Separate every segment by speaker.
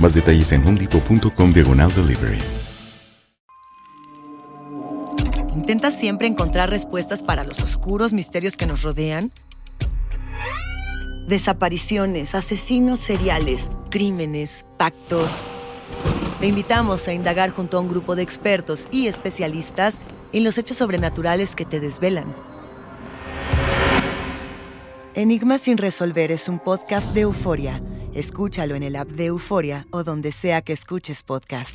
Speaker 1: Más detalles en homedepot.com diagonal delivery.
Speaker 2: ¿Intentas siempre encontrar respuestas para los oscuros misterios que nos rodean?
Speaker 3: Desapariciones, asesinos seriales.
Speaker 2: Crímenes, pactos. Te invitamos a indagar junto a un grupo de expertos y especialistas en los hechos sobrenaturales que te desvelan. Enigma sin resolver es un podcast de euforia. Escúchalo en el app de Euforia o donde sea que escuches podcast.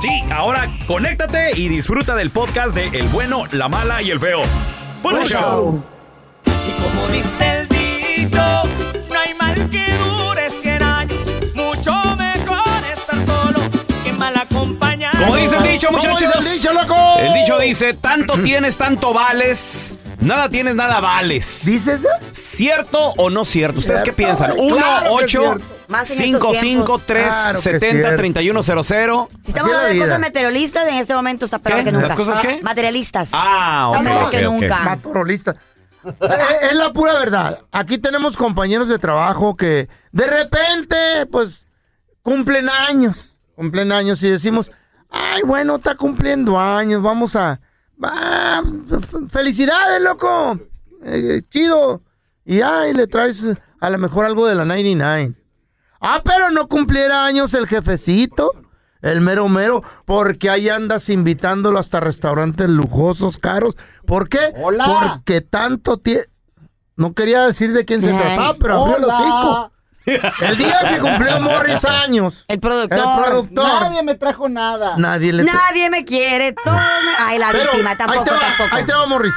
Speaker 4: Sí, ahora conéctate y disfruta del podcast de El bueno, la mala y el feo. Buen
Speaker 5: Buen
Speaker 4: show.
Speaker 5: show. Y como dice el dicho, no hay mal que dure 100 años. Mucho mejor estar solo que mal acompañado.
Speaker 4: Como dice el dicho, muchachos. El dicho dice, tanto tienes, tanto vales. Nada tienes, nada vales.
Speaker 6: ¿Dice eso?
Speaker 4: ¿Cierto o no cierto? ¿Ustedes qué
Speaker 6: Cierto,
Speaker 4: piensan?
Speaker 6: claro
Speaker 4: 1
Speaker 6: que es
Speaker 4: 8
Speaker 6: cierto.
Speaker 7: Más en estos
Speaker 4: 5 5
Speaker 7: tiempos. Ah.
Speaker 4: 3
Speaker 6: Claro que es
Speaker 4: 70
Speaker 6: cierto.
Speaker 4: 31 00.
Speaker 6: Así
Speaker 7: Si estamos
Speaker 6: es la
Speaker 7: hablando de
Speaker 6: vida.
Speaker 7: cosas materialistas, en este momento está peor
Speaker 4: ¿Qué?
Speaker 7: que nunca.
Speaker 4: ¿Las cosas qué?
Speaker 7: Materialistas.
Speaker 4: Ah, ok,
Speaker 7: Está peor
Speaker 4: ok,
Speaker 7: que
Speaker 4: ok.
Speaker 7: nunca.
Speaker 6: Matorolista. Eh, es, es la pura verdad. Aquí tenemos compañeros de trabajo que de repente, pues, cumplen años. Cumplen años y decimos, ay, bueno, está cumpliendo años, vamos a... va, f- felicidades, loco. Eh, chido. Y ay, le traes eh, a lo mejor algo de la 99. Ah, pero no cumpliera años el jefecito, el mero mero, porque ahí andas invitándolo hasta restaurantes lujosos, caros. ¿Por qué?
Speaker 8: Hola.
Speaker 6: Porque tanto tiene... No quería decir de quién se
Speaker 7: Ay,
Speaker 6: trataba, pero abrió los
Speaker 8: Hola.
Speaker 6: cinco. El día que cumplió Morris años,
Speaker 7: El
Speaker 6: el
Speaker 7: productor.
Speaker 6: productor, nadie,
Speaker 8: Nadie me trajo nada.
Speaker 6: le...
Speaker 7: Nadie me quiere. Todo me- Ay, la
Speaker 6: Pero
Speaker 7: víctima tampoco,
Speaker 6: ahí, te va,
Speaker 7: tampoco.
Speaker 6: ahí te va, Morris.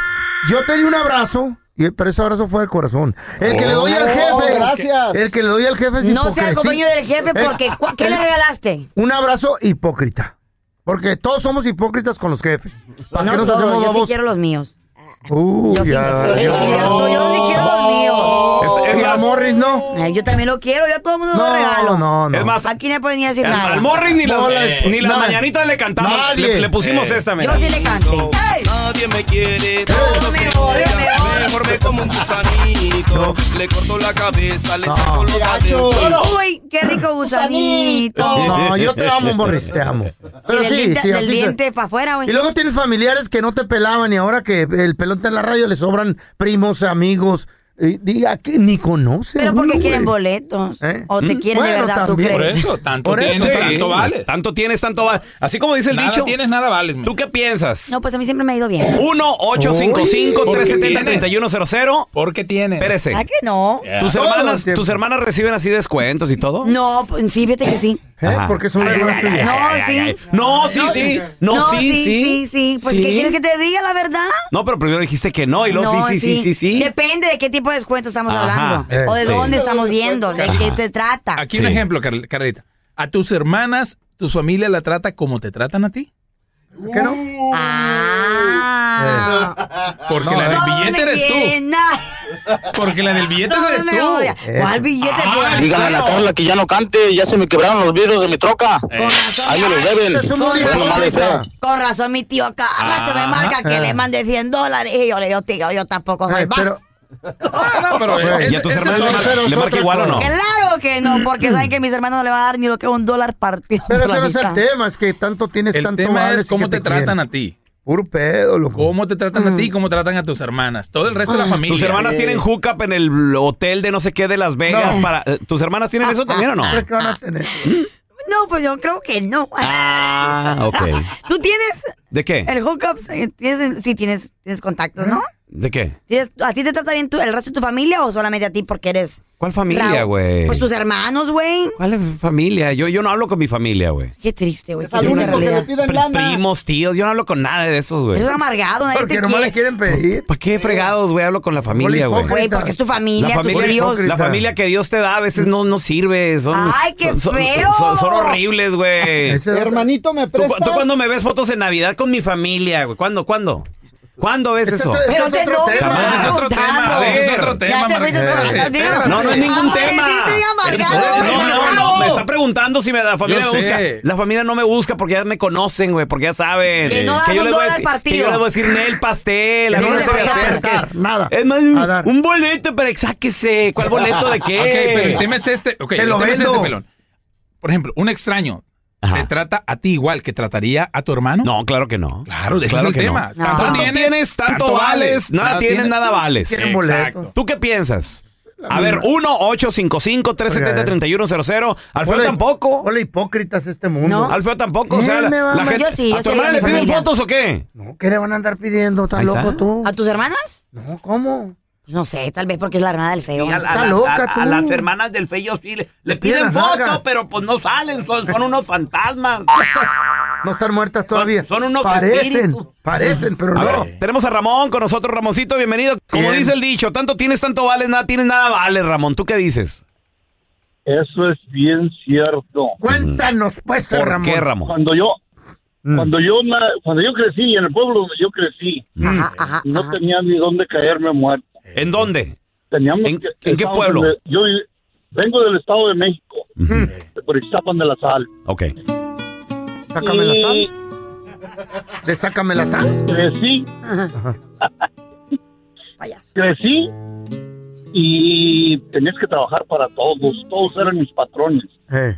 Speaker 6: Yo te di un abrazo, y- pero ese abrazo fue de corazón. El que le doy al
Speaker 8: Oh,
Speaker 6: jefe...
Speaker 8: gracias.
Speaker 6: El que le doy al jefe es
Speaker 7: no sea
Speaker 6: hipocresía.
Speaker 7: compañero del jefe porque
Speaker 6: El-
Speaker 7: ¿cu- ¿qué
Speaker 6: el-
Speaker 7: le regalaste?
Speaker 6: Un abrazo hipócrita. Porque todos somos hipócritas con los jefes. ¿Para qué
Speaker 7: No
Speaker 6: nos
Speaker 7: todos,
Speaker 6: hacemos
Speaker 7: yo sí
Speaker 6: babos?
Speaker 7: quiero los míos.
Speaker 6: Uy, ya,
Speaker 7: Es
Speaker 6: ya.
Speaker 7: cierto, yo sí quiero los míos.
Speaker 4: Este-
Speaker 6: Y
Speaker 4: es,
Speaker 6: a
Speaker 4: más,
Speaker 6: Morris no.
Speaker 7: Ay, yo también lo quiero, yo a todo el mundo lo regalo.
Speaker 6: No, no, no.
Speaker 4: es más,
Speaker 7: Aquí no pueden ni decir
Speaker 4: al,
Speaker 7: nada.
Speaker 4: al Morris ni, las- eh,
Speaker 6: No, la-
Speaker 4: ni las
Speaker 6: nadie.
Speaker 4: mañanitas le cantamos.
Speaker 6: Nadie. Eh.
Speaker 4: Le, le pusimos esta,
Speaker 7: Yo
Speaker 4: mira.
Speaker 7: sí le cante.
Speaker 9: Nadie me quiere,
Speaker 7: Todo me odia, me odia.
Speaker 9: me formé como un gusanito. Le corto la cabeza,
Speaker 6: Ah.
Speaker 9: le saco los
Speaker 8: Gacho.
Speaker 9: caderos.
Speaker 7: Uy, qué rico gusanito.
Speaker 6: No, yo te amo, Morris, te amo. Pero
Speaker 7: Y del
Speaker 6: sí,
Speaker 7: diente,
Speaker 6: sí,
Speaker 7: del
Speaker 6: así se-
Speaker 7: diente para afuera, güey.
Speaker 6: Y luego tienes familiares que no te pelaban y ahora que el pelón está en la radio le sobran primos, amigos. Y diga que ni conoce.
Speaker 7: Pero
Speaker 6: uno,
Speaker 7: porque quieren
Speaker 6: güey.
Speaker 7: boletos.
Speaker 6: ¿Eh?
Speaker 7: O te
Speaker 6: Mm,
Speaker 7: quieren de
Speaker 6: bueno,
Speaker 7: verdad,
Speaker 6: también.
Speaker 7: ¿tú
Speaker 6: Por
Speaker 7: crees?
Speaker 10: tanto
Speaker 6: Por eso,
Speaker 10: tienes,
Speaker 6: sí.
Speaker 10: tanto vales.
Speaker 4: Tanto tienes, tanto vale. Así como dice el
Speaker 10: Nada
Speaker 4: dicho.
Speaker 10: tienes, nada vales, men.
Speaker 4: ¿Tú qué piensas?
Speaker 7: No, pues a mí siempre me ha ido bien.
Speaker 4: 1 855 370 3100
Speaker 10: ¿Por qué tienes?
Speaker 4: Espérese.
Speaker 7: ¿A que no?
Speaker 4: ¿Tus
Speaker 6: Todo el
Speaker 4: hermanas,
Speaker 6: tiempo.
Speaker 4: ¿Tus hermanas reciben así descuentos y todo?
Speaker 7: No, pues, sí, fíjate que sí.
Speaker 6: ¿Eh? Porque es un error tuyo.
Speaker 7: No, sí.
Speaker 4: No, sí, sí. No, sí, sí.
Speaker 7: Sí, sí. Pues, ¿qué quieres que te diga la verdad?
Speaker 4: No, pero primero dijiste que no y luego
Speaker 7: No,
Speaker 4: sí, sí, sí, sí, sí.
Speaker 7: Depende de qué tipo de descuento estamos
Speaker 4: Ajá,
Speaker 7: hablando.
Speaker 6: eh,
Speaker 7: o de
Speaker 4: sí.
Speaker 7: dónde estamos yendo, de qué se trata.
Speaker 10: Aquí un
Speaker 4: Sí.
Speaker 10: ejemplo, Car- Carlita. A tus hermanas
Speaker 8: tu familia la trata como te tratan a ti.
Speaker 6: ¿Qué no?
Speaker 7: Uh.
Speaker 8: Ah. Porque la del
Speaker 7: Todos
Speaker 8: billete
Speaker 7: me
Speaker 8: eres
Speaker 7: quieren, ay,
Speaker 8: tú. Porque la del billete
Speaker 7: todos
Speaker 8: eres
Speaker 7: me odian.
Speaker 8: tú.
Speaker 7: ¿Cuál billete? por
Speaker 10: Díganle a la Carla que ya no cante, ya se me quebraron los vidrios de mi troca.
Speaker 4: Eh.
Speaker 10: Ahí me los deben.
Speaker 7: Este es un
Speaker 10: Bueno,
Speaker 7: modificado.
Speaker 10: madre fea.
Speaker 7: Con razón, mi tío acá al rato me marca que
Speaker 10: Ah.
Speaker 7: le mande 100 dólares. Y yo le digo, tío, yo tampoco soy más.
Speaker 8: No, pero
Speaker 4: Güey, ¿y a tus hermanos le- le marca igual o no?
Speaker 7: Claro que no, porque saben que mis hermanos no le van a dar ni lo que es un dólar partido.
Speaker 6: Pero
Speaker 7: por la
Speaker 6: ese no es el
Speaker 7: mitad.
Speaker 6: tema, es que tanto tienes,
Speaker 8: El
Speaker 6: tanto
Speaker 8: tema es
Speaker 6: vales y
Speaker 8: cómo
Speaker 6: que
Speaker 8: te tratan
Speaker 6: quieren.
Speaker 8: a ti.
Speaker 6: Puro pedo, loco. Mm.
Speaker 8: ¿Cómo te tratan a ti? ¿Cómo tratan a tus hermanas? Todo el resto de la familia. Eh,
Speaker 4: Tus hermanas tienen hookup en el hotel de no sé qué de Las Vegas.
Speaker 8: No.
Speaker 4: Para, eh, ¿Tus hermanas tienen eso también o no?
Speaker 6: ¿Qué van a tener?
Speaker 7: No, pues yo creo que no.
Speaker 4: Ah, ok.
Speaker 7: Tú tienes
Speaker 4: ¿De qué?
Speaker 7: el hookup, eh, tienes, sí tienes, tienes contactos, ¿no?
Speaker 4: ¿De qué?
Speaker 7: ¿Tienes- ¿A ti te trata bien tu- el resto de tu familia o solamente a ti porque eres...
Speaker 4: ¿Cuál familia,
Speaker 7: Raúl?
Speaker 4: güey?
Speaker 7: Pues tus hermanos, güey.
Speaker 4: ¿Cuál es familia? Yo, yo no hablo con mi familia, güey.
Speaker 7: Qué triste, güey.
Speaker 4: al
Speaker 7: Qué
Speaker 4: único
Speaker 7: triste
Speaker 4: que
Speaker 7: realidad.
Speaker 4: Primos, tíos, yo no hablo con nada de esos, güey.
Speaker 7: Eres un amargado, nadie te quiere.
Speaker 6: quieren pedir.
Speaker 4: ¿Para qué fregados, güey? Hablo con la familia, güey.
Speaker 7: Güey, porque es tu familia,
Speaker 4: La
Speaker 7: tus
Speaker 4: familia,
Speaker 7: tíos.
Speaker 4: la familia que Dios te da a veces no, no sirve. Son,
Speaker 7: ¡Ay, qué
Speaker 4: son- son-
Speaker 7: feo!
Speaker 4: Son, son horribles, güey.
Speaker 11: Hermanito, ¿me
Speaker 4: ¿Tú,
Speaker 11: prestas?
Speaker 4: tú cuando me ves fotos en Navidad con mi familia, güey? ¿Cuándo, cuándo? ¿Cuándo ves
Speaker 11: Este
Speaker 4: eso?
Speaker 11: es-
Speaker 7: Pero
Speaker 11: este
Speaker 7: te
Speaker 11: otro
Speaker 7: enojas,
Speaker 11: tema.
Speaker 7: estás
Speaker 11: Ese es otro
Speaker 7: abusando.
Speaker 4: tema, ese es otro tema,
Speaker 7: Ya te fuiste
Speaker 4: Margarita.
Speaker 7: por las vías.
Speaker 4: No, no es ningún tema.
Speaker 7: Apareciste bien
Speaker 4: Eres
Speaker 7: amargado.
Speaker 4: otro- No, no, no. Me está preguntando si me, la familia
Speaker 8: Yo
Speaker 4: me busca.
Speaker 8: sé.
Speaker 4: La familia no me busca porque ya me conocen, güey, porque ya saben.
Speaker 7: Que no
Speaker 4: yo
Speaker 7: damos
Speaker 4: les voy a
Speaker 7: dólares
Speaker 4: decir-
Speaker 7: partido.
Speaker 4: Que yo les voy a decir, Nel, pastel. A mí
Speaker 6: no
Speaker 4: no
Speaker 6: les
Speaker 4: se me
Speaker 6: voy a
Speaker 4: acerque.
Speaker 6: dar nada.
Speaker 4: Es más, un, un boleto para sáquese. ¿Cuál boleto de qué?
Speaker 8: Ok, pero el tema es este. ok,
Speaker 4: Te
Speaker 8: el
Speaker 4: lo
Speaker 8: tema es
Speaker 4: vendo.
Speaker 8: este, pelón. Por ejemplo, un extraño. ¿Te trata a ti igual que trataría a tu hermano?
Speaker 4: No, claro que no.
Speaker 8: Claro, ese
Speaker 4: Claro
Speaker 8: es el
Speaker 4: que no.
Speaker 8: tema.
Speaker 4: No. Tanto tienes, tanto vales. Nada tienes, nada vales. Quieren boleto. Exacto. ¿Tú qué piensas? A ver, 1-855-370-3100. Al feo tampoco.
Speaker 6: Hola, hipócritas este mundo.
Speaker 4: No. Al feo tampoco. O sea,
Speaker 6: Eh,
Speaker 4: la,
Speaker 6: me va
Speaker 4: la
Speaker 6: mal.
Speaker 4: gente. ¿A tu hermana le piden fotos o qué?
Speaker 6: No, ¿Qué le van a andar pidiendo? ¿Estás
Speaker 4: Ahí
Speaker 6: loco
Speaker 4: está.
Speaker 6: tú?
Speaker 7: ¿A tus hermanas? Pues
Speaker 6: No, ¿cómo?
Speaker 7: No sé, tal vez porque es la hermana del feo.
Speaker 4: Y a, a- a- a- a las hermanas del feo sí le, le piden
Speaker 6: piden las
Speaker 4: fotos,
Speaker 6: nalgas.
Speaker 4: pero pues no salen. Son, son unos fantasmas.
Speaker 6: No están muertas todavía.
Speaker 4: Son unos
Speaker 6: Parecen,
Speaker 4: espíritus.
Speaker 6: parecen, pero
Speaker 4: A
Speaker 6: no.
Speaker 4: ver, tenemos a Ramón con nosotros. Ramoncito, bienvenido. Como
Speaker 6: Bien.
Speaker 4: dice el dicho, tanto tienes, tanto vales, nada tienes, nada vales, Ramón. ¿Tú qué dices?
Speaker 12: Eso es bien cierto.
Speaker 6: Cuéntanos, pues, Mm.
Speaker 4: ¿Por Ramón. qué, Ramón?
Speaker 12: Cuando yo, cuando yo, na- cuando yo crecí, en el pueblo donde yo crecí,
Speaker 6: Ah,
Speaker 12: no tenía ni dónde caerme muerto.
Speaker 4: Mm. ¿En dónde?
Speaker 12: Teníamos
Speaker 4: ¿En,
Speaker 12: que-
Speaker 4: en qué
Speaker 12: estábamos
Speaker 4: pueblo?
Speaker 12: en el- yo vi- vengo del Estado de México, de por Ixtapan de la Sal.
Speaker 4: Ok.
Speaker 6: Sácame la sal. De sácame la sal.
Speaker 12: Crecí. Crecí y tenías que trabajar para todos. Todos eran mis patrones.
Speaker 6: Eh.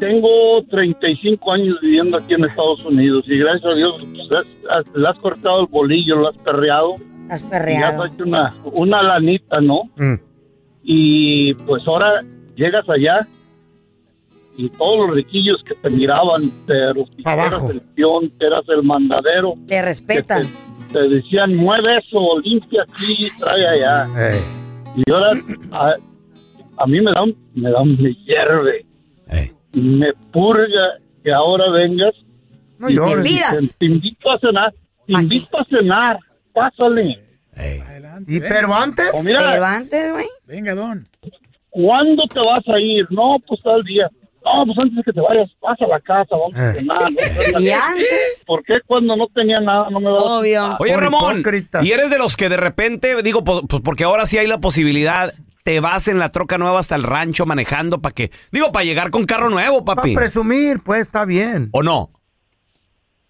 Speaker 12: Tengo 35 años viviendo aquí en Estados Unidos y gracias a Dios le has, le has cortado el bolillo, lo has perreado.
Speaker 7: Has
Speaker 12: Y has hecho una, una lanita, ¿no?
Speaker 6: Mm.
Speaker 12: Y pues ahora llegas allá y todos los riquillos que te miraban, te eras el peón, te eras el mandadero.
Speaker 7: Te respetan.
Speaker 12: Te, decían, mueve eso, limpia aquí, trae allá. Y ahora a, a mí me da, un- me da, un- me hierve. Me purga que ahora vengas.
Speaker 6: No llores.
Speaker 12: me
Speaker 6: Te pidas.
Speaker 12: dicen, Te invito a cenar, te invito a cenar, pásale.
Speaker 6: ¿Y pero antes?
Speaker 12: O mira,
Speaker 7: antes, güey.
Speaker 8: Venga, don.
Speaker 12: ¿cuándo te vas a ir? No, pues tal día. No, pues antes de que te vayas, vas a la casa, vamos a
Speaker 7: Ah.
Speaker 4: Eh.
Speaker 12: cenar. ¿no?
Speaker 4: ¿Y antes?
Speaker 12: ¿Por qué cuando no tenía nada no me dabas?
Speaker 7: Obvio.
Speaker 6: Oh,
Speaker 4: Oye, Ramón, y eres de los que de repente, digo, po- pues porque ahora sí hay la posibilidad, te vas en la troca nueva hasta el rancho manejando para que, digo, para llegar con carro nuevo,
Speaker 6: Para
Speaker 4: papi.
Speaker 6: presumir, pues, está bien.
Speaker 4: ¿O no?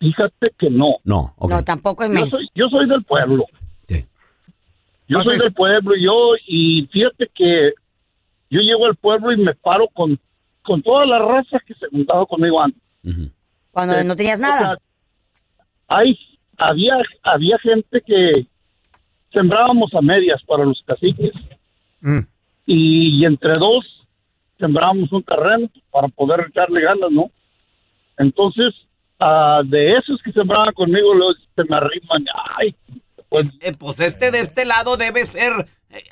Speaker 12: Fíjate que no.
Speaker 4: No, ok.
Speaker 7: No, tampoco es
Speaker 12: Yo
Speaker 7: México.
Speaker 12: soy, yo soy del pueblo. Yo
Speaker 7: Ah,
Speaker 12: soy
Speaker 7: sí.
Speaker 12: del pueblo, yo, y fíjate que yo llego al pueblo y me paro con, con toda la raza que se juntaba conmigo antes.
Speaker 7: Cuando no tenías nada.
Speaker 12: Hay, había, había gente que sembrábamos a medias para los caciques
Speaker 11: mm.
Speaker 12: y, entre dos sembrábamos un terreno para poder echarle ganas, ¿no? Entonces, ah, de esos que sembraban conmigo, luego se me arriman, ay,
Speaker 4: pues este de este lado debe ser eh,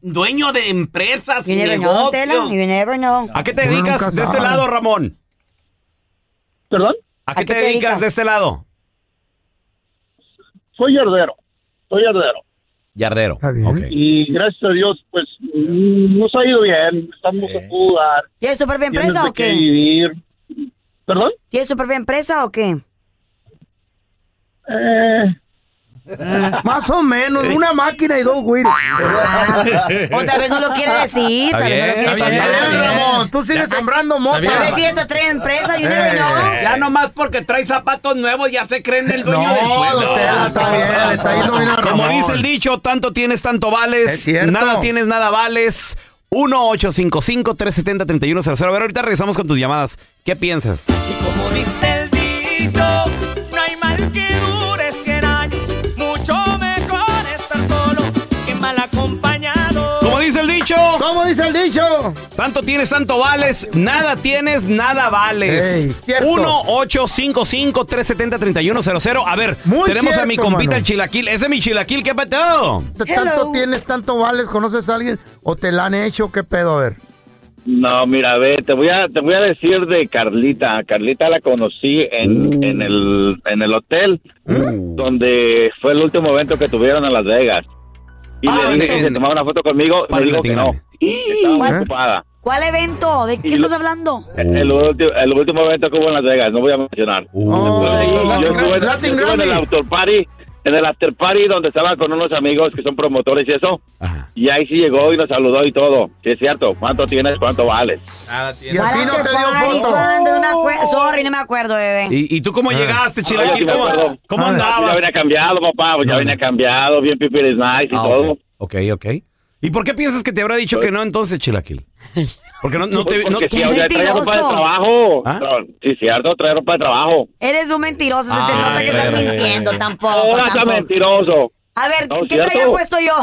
Speaker 4: dueño de empresas
Speaker 7: You never know, Tela. You never know.
Speaker 4: ¿A qué te dedicas de este lado, Ramón?
Speaker 12: ¿Perdón?
Speaker 4: ¿A qué, te, dedicas, de este lado?
Speaker 12: soy herdero, soy herdero.
Speaker 4: Yardero.
Speaker 12: Y gracias a Dios, pues mm, nos ha ido bien, estamos a jugar.
Speaker 7: ¿Tienes tu propia
Speaker 12: Tienes
Speaker 7: empresa
Speaker 12: de
Speaker 7: o qué?
Speaker 12: vivir. ¿Perdón?
Speaker 7: ¿Tienes tu propia empresa o qué?
Speaker 6: Eh. Más o menos, una máquina y dos güiros.
Speaker 7: Otra vez no lo quiere decir.
Speaker 6: Está
Speaker 7: tal
Speaker 6: bien,
Speaker 7: vez no lo
Speaker 6: está
Speaker 7: quiere
Speaker 6: bien,
Speaker 7: decir.
Speaker 6: está bien. Ramón, tú sigues sembrando mota.
Speaker 7: Tal vez tiene hasta tres empresas y una
Speaker 11: Eh.
Speaker 7: de no.
Speaker 11: Ya nomás porque trae zapatos nuevos ya se creen el dueño
Speaker 4: No,
Speaker 11: del pueblo.
Speaker 4: don Tela, está bien,
Speaker 6: está yendo bien a
Speaker 4: Como
Speaker 11: Ramón.
Speaker 4: dice el dicho, tanto tienes, tanto
Speaker 11: Es
Speaker 4: vales.
Speaker 11: cierto.
Speaker 4: Nada tienes, nada vales. 1-855-370-3100. A ver, ahorita regresamos con tus llamadas. ¿Qué piensas?
Speaker 5: Como dice el dicho, no hay mal que dure 100 años. Mucho mejor estar solo que mal acompañado.
Speaker 4: Como dice el dicho.
Speaker 6: Como dice el dicho.
Speaker 4: Tanto tienes, tanto vales. Nada tienes, nada vales.
Speaker 6: Ey, cierto.
Speaker 4: 1-855-370-3100. A ver,
Speaker 6: Muy
Speaker 4: tenemos a mi
Speaker 6: cierto,
Speaker 4: compita
Speaker 6: mano.
Speaker 4: el chilaquil. Ese es mi chilaquil, ¿qué pateado?
Speaker 6: ¿Tanto tienes, tanto vales? ¿Conoces a alguien? ¿O te la han hecho? ¿Qué pedo? A ver.
Speaker 13: No, mira, ve, te voy a te voy a decir de Carlita. Carlita la conocí
Speaker 12: Mm.
Speaker 13: en, en el en el hotel
Speaker 4: Uh.
Speaker 13: donde fue el último evento que tuvieron en Las Vegas. Y
Speaker 7: Ah,
Speaker 13: le dije que
Speaker 7: en-
Speaker 13: se tomaba una foto conmigo, me dijo que no. Estaba
Speaker 7: ¿Cuál,
Speaker 13: ocupada.
Speaker 7: cuál evento? ¿De qué
Speaker 13: Y lo-
Speaker 7: estás hablando?
Speaker 13: El, ulti- el último evento que hubo en Las Vegas, no voy a mencionar. Yo estuve- yo
Speaker 7: Uh. Ah, Latin
Speaker 13: estuve en el
Speaker 7: Grammy.
Speaker 13: after party, en el after party donde estaba con unos amigos que son promotores y eso. Y ahí sí llegó y nos saludó y todo. Sí es cierto, ¿cuánto tienes, cuánto vales?
Speaker 6: Y a ti no te dio
Speaker 7: Ay,
Speaker 6: foto.
Speaker 7: ¿cuándo? No me acuer- Sorry, no me acuerdo, bebé.
Speaker 4: ¿Y, y tú cómo
Speaker 13: Ah.
Speaker 4: llegaste,
Speaker 13: Ah, yo sí
Speaker 4: chilaquil?
Speaker 13: me
Speaker 4: ¿Cómo,
Speaker 13: acuerdo.
Speaker 4: cómo
Speaker 13: Ah, Ya
Speaker 4: andabas?
Speaker 13: venía cambiado, papá, pues ya venía cambiado, bien pipi is nice y
Speaker 4: Ah,
Speaker 13: todo. Pues
Speaker 4: Ok, ok. ¿Y por qué piensas que te habrá dicho que no entonces, chilaquil? Porque no, no te...
Speaker 13: Porque
Speaker 4: No,
Speaker 13: sí, oye, traía ropa de trabajo. Tra- Sí, cierto, trae ropa de trabajo.
Speaker 7: Eres un mentiroso, se te
Speaker 13: Ay,
Speaker 7: nota que estás
Speaker 13: bebé.
Speaker 7: mintiendo tampoco.
Speaker 13: Ahora está
Speaker 7: tampoco.
Speaker 13: mentiroso.
Speaker 7: A ver,
Speaker 13: No,
Speaker 7: ¿qué
Speaker 13: ¿cierto?
Speaker 7: traía puesto yo?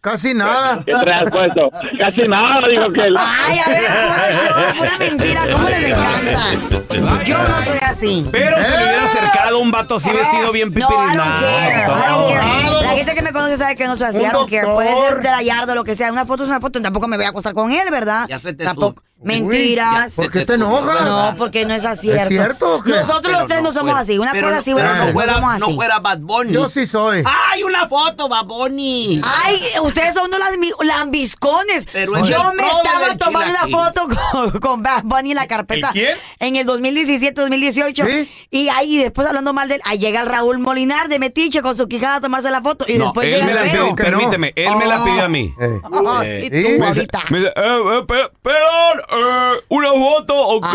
Speaker 6: Casi nada.
Speaker 13: ¿Qué traes puesto? Casi nada, digo que...
Speaker 7: Ay, a ver, puro show, pura mentira, ¿cómo les encanta? Yo no soy así. Eh.
Speaker 4: Pero se le hubiera acercado un vato así vestido bien
Speaker 7: No, I
Speaker 4: pipirinado.
Speaker 7: don't care, I don't care. La gente que me conoce sabe que no soy así,
Speaker 4: Un
Speaker 7: I don't care.
Speaker 4: doctor.
Speaker 7: Puede ser de la yarda, lo que sea. Una foto es una foto, tampoco me voy a acostar con él, ¿verdad? Tampoco. Mentiras.
Speaker 6: ¿Por qué te enojas?
Speaker 7: No, porque no es así.
Speaker 6: ¿Es cierto o qué?
Speaker 7: Nosotros los tres no somos así. Una
Speaker 11: pero
Speaker 7: cosa
Speaker 11: no-
Speaker 7: así,
Speaker 11: pero
Speaker 7: una
Speaker 11: no
Speaker 7: cosa
Speaker 11: fuera-
Speaker 7: no somos así.
Speaker 11: no fuera Bad Bunny.
Speaker 6: Yo sí soy.
Speaker 11: ¡Ay, una foto, Baboni!
Speaker 7: Ay, ustedes son unos lambi- lambiscones.
Speaker 11: es
Speaker 7: Yo
Speaker 11: el
Speaker 7: me
Speaker 11: prove
Speaker 7: estaba
Speaker 11: del
Speaker 7: tomando la
Speaker 11: chilaquil.
Speaker 7: foto con, con Bad Bunny en la carpeta.
Speaker 11: ¿El quién?
Speaker 7: En el 2017, 2018. Y ahí y después hablando mal de él, ahí llega el Raúl Molinar de Metiche con su quijada a tomarse la foto. Y
Speaker 4: No,
Speaker 7: después
Speaker 4: él
Speaker 7: llega
Speaker 4: me
Speaker 7: el
Speaker 4: la
Speaker 7: feo.
Speaker 4: pidió, permíteme, él me la pidió a mí.
Speaker 7: Ah,
Speaker 4: Eh,
Speaker 7: sí, tú,
Speaker 4: me dice-
Speaker 7: ahorita.
Speaker 4: me dice, eh, eh, pe- perdón, eh, una foto, ok.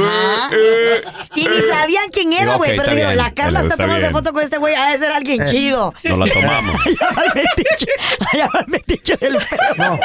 Speaker 4: eh,
Speaker 7: Y ni sabían quién era,
Speaker 4: Digo,
Speaker 7: güey.
Speaker 4: ok,
Speaker 7: pero
Speaker 4: está
Speaker 7: digo,
Speaker 4: bien,
Speaker 7: la Carla
Speaker 4: pero
Speaker 7: está,
Speaker 4: está
Speaker 7: tomando
Speaker 4: bien.
Speaker 7: foto con este güey. Ha de ser alguien
Speaker 4: Eh.
Speaker 7: chido.
Speaker 4: Nos la tomamos.
Speaker 7: Allá va el metiche del feo.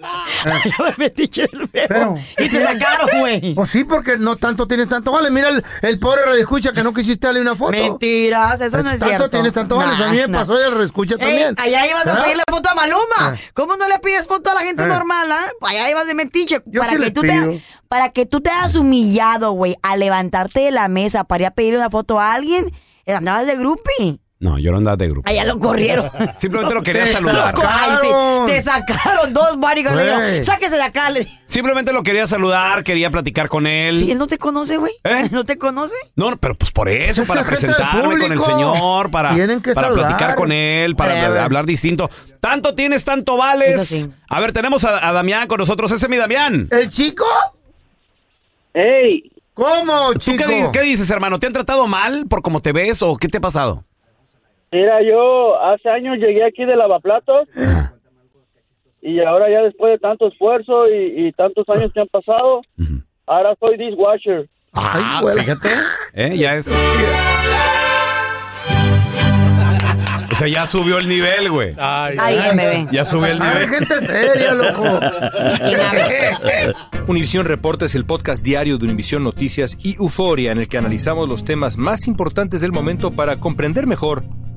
Speaker 7: Allá
Speaker 6: va
Speaker 7: el metiche del feo. y te sacaron, güey.
Speaker 6: Pues sí, porque no tanto tienes tanto vale. Mira el, el pobre radioescucha que no quisiste darle una foto. Pues,
Speaker 7: Mentiras, eso no es
Speaker 6: tanto
Speaker 7: cierto.
Speaker 6: tienes tanto vale.
Speaker 7: Nah,
Speaker 6: a mí me
Speaker 7: nah.
Speaker 6: pasó de radioescucha
Speaker 7: Ey,
Speaker 6: también.
Speaker 7: allá ibas a
Speaker 6: ¿Ah?
Speaker 7: pedirle foto a Maluma.
Speaker 6: Eh.
Speaker 7: ¿Cómo no le pides foto a la gente
Speaker 6: Eh.
Speaker 7: normal, ah? Allá ibas de mentiche. Para,
Speaker 6: sí
Speaker 7: que
Speaker 6: le
Speaker 7: tú te,
Speaker 6: pido.
Speaker 7: para que tú te hayas humillado, güey, a levantarte de la mesa para ir a pedirle una foto a alguien, eh, andabas de grupi.
Speaker 4: No, yo no andaba de grupo.
Speaker 7: Allá lo corrieron.
Speaker 4: Simplemente lo quería
Speaker 7: Te
Speaker 4: saludar.
Speaker 7: sacaron. Ay, sí, Te sacaron dos bodyguards. Le
Speaker 4: Güey.
Speaker 7: digo, Sáquese de acá. le-
Speaker 4: Simplemente lo quería saludar, quería platicar con él.
Speaker 7: Sí, él no te conoce, güey.
Speaker 4: ¿Eh?
Speaker 7: ¿No te conoce?
Speaker 4: No, no, pero pues por eso,
Speaker 7: Esa
Speaker 4: para
Speaker 7: gente del
Speaker 4: presentarme con el
Speaker 7: público.
Speaker 4: señor, para,
Speaker 7: Tienen que
Speaker 4: para
Speaker 7: saludar.
Speaker 4: platicar con él, para
Speaker 7: Breve.
Speaker 4: hablar- hablar distinto. Tanto tienes, tanto
Speaker 7: Eso
Speaker 4: vales.
Speaker 7: sí.
Speaker 4: A ver, tenemos a, a Damián con nosotros. Ese es mi Damián.
Speaker 6: ¿El chico?
Speaker 14: ¡Ey!
Speaker 6: ¿Cómo,
Speaker 4: ¿Tú qué, di- qué dices, hermano? ¿Te han tratado mal por cómo te ves o qué te ha pasado?
Speaker 14: Mira, yo hace años llegué aquí de lavaplatos
Speaker 7: Ah.
Speaker 14: y ahora ya después de tanto esfuerzo y, y tantos años que han pasado, ahora soy dishwasher.
Speaker 4: Ah, fíjate. Eh, ya es. O sea, ya subió el nivel, güey.
Speaker 7: Ay, ya, bebé.
Speaker 4: Ya subió el nivel.
Speaker 6: Ah, gente seria, loco.
Speaker 15: Univisión Reporta es el podcast diario de Univisión Noticias y Euforia en el que analizamos los temas más importantes del momento para comprender mejor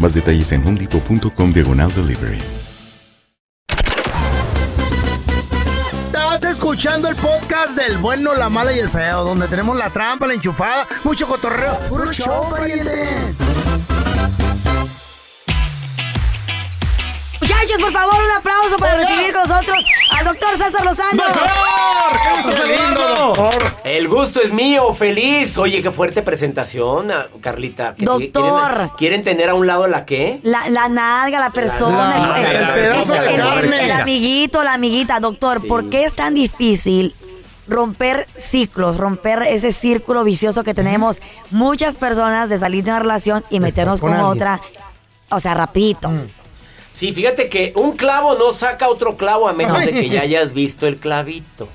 Speaker 1: Más detalles en homedepot.com diagonal delivery.
Speaker 6: Estás escuchando el podcast del bueno, la mala y el feo, donde tenemos la trampa, la enchufada, mucho cotorreo. ¡Puro show, pariente!
Speaker 7: Muchachos, por favor, un aplauso para recibir con nosotros al doctor César Lozano.
Speaker 16: ¡Qué El gusto es mío, feliz. Oye, qué fuerte presentación, ah, Carlita. ¿Qué- qué-
Speaker 7: Doctor.
Speaker 16: ¿Quieren, quieren tener a un lado la qué?
Speaker 7: La, la nalga, la persona,
Speaker 16: nalga,
Speaker 7: el- el,
Speaker 16: el pedazo de
Speaker 7: el- el-
Speaker 16: carne.
Speaker 7: el amiguito, la amiguita. Doctor, ¿por qué es tan difícil romper ciclos, romper ese círculo vicioso que tenemos muchas personas de salir de una relación y meternos
Speaker 16: con
Speaker 7: con
Speaker 16: alguien. Mm.
Speaker 7: otra? O sea, rapidito.
Speaker 16: Sí, fíjate que un clavo no saca otro clavo a menos de que ya hayas visto el clavito.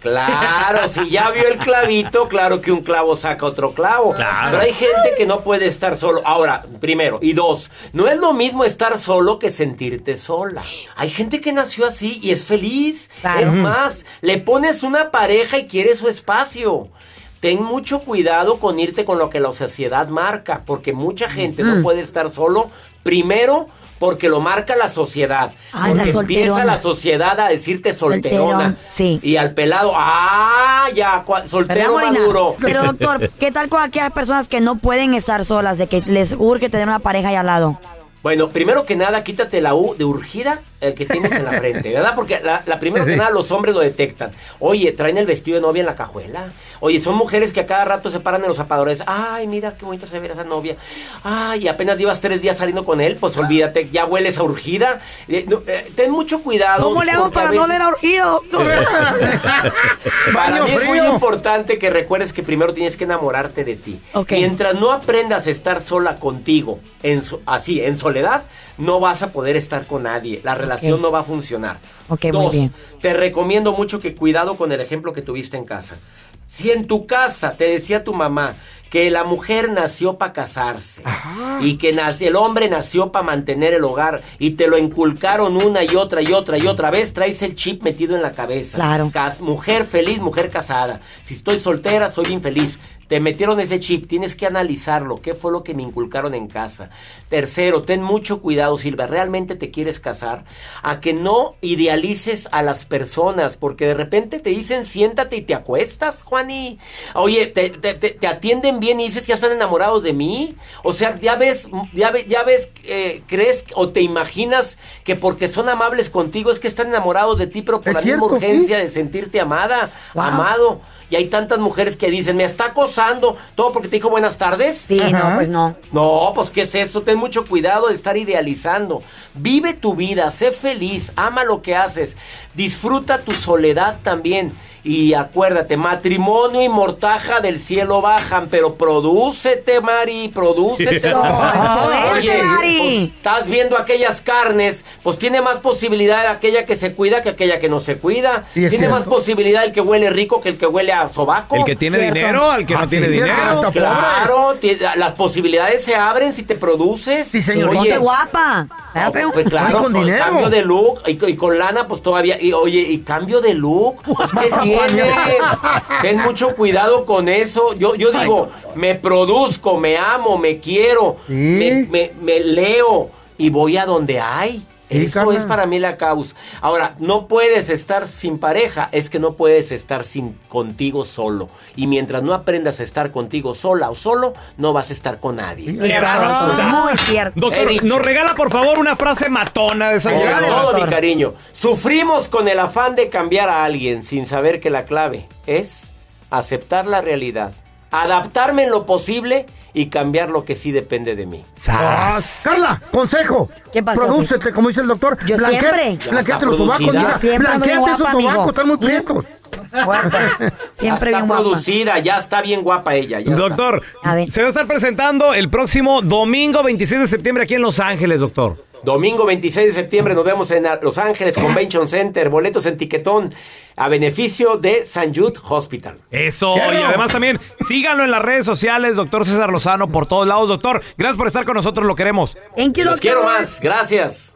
Speaker 16: Claro, si ya vio el clavito, claro que un clavo saca otro clavo. Pero hay gente que no puede estar solo. Ahora, primero. Y dos, no es lo mismo estar solo que sentirte sola. Hay gente que nació así y es feliz.
Speaker 7: Claro.
Speaker 16: Es
Speaker 7: Ujú.
Speaker 16: más, le pones una pareja y quiere su espacio. Ten mucho cuidado con irte con lo que la sociedad marca, porque mucha gente no puede estar solo. Primero, porque lo marca la sociedad.
Speaker 7: Ah, la
Speaker 16: porque empieza
Speaker 7: solterona.
Speaker 16: la sociedad a decirte solterona.
Speaker 7: Solterón, sí.
Speaker 16: Y al pelado, ah, ya, cua-
Speaker 7: ¿Verdad,
Speaker 16: soltero
Speaker 7: Morena?
Speaker 16: maduro.
Speaker 7: Pero doctor, ¿qué tal con aquellas personas que no pueden estar solas, de que les urge tener una pareja ahí al lado?
Speaker 16: Bueno, primero que nada, quítate la U de urgida eh, que tienes en la frente, ¿verdad? Porque la, la primero que
Speaker 7: Sí.
Speaker 16: nada los hombres lo detectan. Oye, traen el vestido de novia en la cajuela. Oye, son mujeres que a cada rato se paran en los zapadores. Ay, mira qué bonito se ve esa novia. Ay, apenas llevas tres días saliendo con él,
Speaker 7: Ah.
Speaker 16: pues olvídate, ya hueles a urgida. Eh, no, eh, ten mucho cuidado.
Speaker 7: ¿Cómo le hago
Speaker 16: porque
Speaker 7: para
Speaker 16: a
Speaker 7: no
Speaker 16: veces-
Speaker 7: oler a urgido, doctor?
Speaker 16: Para mí es muy importante que recuerdes que primero tienes que enamorarte de ti.
Speaker 7: Ok.
Speaker 16: Mientras no aprendas a estar sola contigo, en so- así, en soledad, no vas a poder estar con nadie. La relación no va a funcionar.
Speaker 7: Ok, muy bien.
Speaker 16: Te recomiendo mucho que cuidado con el ejemplo que tuviste en casa. Si en tu casa te decía tu mamá que la mujer nació para casarse
Speaker 17: Ah.
Speaker 16: y que nace- el hombre nació para mantener el hogar y te lo inculcaron una y otra y otra y otra vez, traes el chip metido en la cabeza.
Speaker 7: Claro.
Speaker 16: Cas- mujer feliz, mujer casada. Si estoy soltera, soy infeliz. Te metieron ese chip, tienes que analizarlo. ¿Qué fue lo que me inculcaron en casa? Tercero, ten mucho cuidado, Silva. ¿Realmente te quieres casar? A que no idealices a las personas, porque de repente te dicen siéntate y te acuestas, Juani. Oye, te, te- te- te atienden bien y dices ya están enamorados de mí. O sea, ya ves, ya ves, ya ves, eh, crees o te imaginas que porque son amables contigo es que están enamorados de ti, pero por
Speaker 6: Es
Speaker 16: la misma
Speaker 6: cierto, sí.
Speaker 16: urgencia de sentirte amada,
Speaker 6: Wow.
Speaker 16: amado. Y hay tantas mujeres que dicen, me está acosando, todo porque te dijo buenas tardes. Sí,
Speaker 6: Ajá. no, pues
Speaker 7: no.
Speaker 16: No, pues qué es eso, ten mucho cuidado de estar idealizando. Vive tu vida, sé feliz, ama lo que haces, disfruta tu soledad también. Y acuérdate, matrimonio y mortaja del cielo bajan, pero prodúcete, Mari, prodúcete.
Speaker 7: Oye, Mari.
Speaker 16: pues, estás viendo aquellas carnes, pues tiene más posibilidad aquella que se cuida que aquella que no se cuida.
Speaker 4: Sí, es
Speaker 16: tiene más
Speaker 4: cierto.
Speaker 16: posibilidad el que huele rico que el que huele a sobaco.
Speaker 4: El que tiene dinero al que no tiene dinero. Ah, Hasta pobre.
Speaker 16: Claro, ti- las posibilidades se abren si te produces. Sí,
Speaker 7: Señor, ponte guapa.
Speaker 16: no, pues claro,
Speaker 7: Ay,
Speaker 16: con
Speaker 7: con dinero.
Speaker 16: cambio de look y, y con lana, pues todavía. Y oye, y cambio de look, pues, ¿qué
Speaker 18: Mazapanes.
Speaker 16: tienes? Ten mucho cuidado con eso. Yo, yo digo, me produzco, me amo, me quiero, me, me- me leo y voy a donde hay.
Speaker 18: Sí,
Speaker 16: Eso
Speaker 18: carnal.
Speaker 16: es para mí la causa. Ahora, no puedes estar sin pareja, es que no puedes estar sin contigo solo. Y mientras no aprendas a estar contigo sola o solo, no vas a estar con nadie.
Speaker 7: Exacto. Muy cierto.
Speaker 16: He
Speaker 4: Doctor,
Speaker 16: dicho.
Speaker 4: nos regala por favor una frase matona de esa
Speaker 16: Con
Speaker 4: llegada,
Speaker 16: todo
Speaker 4: doctor.
Speaker 16: mi cariño. Sufrimos con el afán de cambiar a alguien sin saber que la clave es aceptar la realidad, adaptarme en lo posible y cambiar lo que sí depende de mí.
Speaker 19: Ah, Carla, consejo. ¿Qué
Speaker 16: pasó,
Speaker 19: Prodúcete, como dice el doctor.
Speaker 16: Yo siempre. Ya está
Speaker 19: Blanqueate los sobacos.
Speaker 16: producida.
Speaker 19: mira,
Speaker 16: Yo siempre ando bien
Speaker 19: Blanqueate esos
Speaker 16: guapa, amigo.
Speaker 19: sobacos, están muy prietos.
Speaker 7: Siempre
Speaker 16: ya está
Speaker 7: bien guapa.
Speaker 16: producida, ya está bien guapa ella. ya está.
Speaker 4: Doctor, se va a estar presentando el próximo domingo 26 de septiembre aquí en Los Ángeles, doctor.
Speaker 16: Domingo 26 de septiembre nos vemos en Los Ángeles Convention Center, boletos en tiquetón a beneficio de San Jude Hospital.
Speaker 4: Eso,
Speaker 16: Claro.
Speaker 4: y además también síganlo en las redes sociales, doctor César Lozano, por todos lados, doctor. Gracias por estar con nosotros, lo queremos.
Speaker 16: Los quiero más, gracias.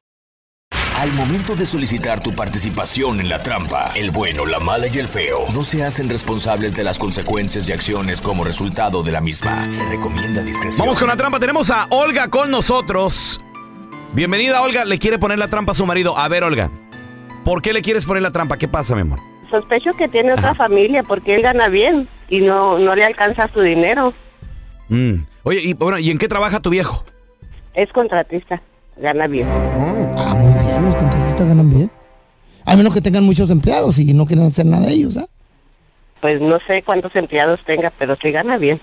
Speaker 3: Al momento de solicitar tu participación en la trampa, el bueno, la mala y el feo no se hacen responsables de las consecuencias y acciones como resultado de la misma. Se recomienda discreción.
Speaker 4: Vamos con la trampa, tenemos a Olga con nosotros. Bienvenida, Olga. Le quiere poner la trampa a su marido. A ver, Olga, ¿por qué le quieres poner la trampa? ¿Qué pasa, mi amor?
Speaker 17: Sospecho que tiene otra familia porque él gana bien y no, no le alcanza su dinero.
Speaker 4: Mm. Oye, y bueno, ¿y en qué trabaja tu viejo?
Speaker 17: Es contratista, gana bien.
Speaker 6: Ah, muy bien, los contratistas ganan bien. Al menos que tengan muchos empleados y no quieran hacer nada ellos, ¿ah?
Speaker 17: Pues no sé cuántos empleados tenga, pero sí gana bien.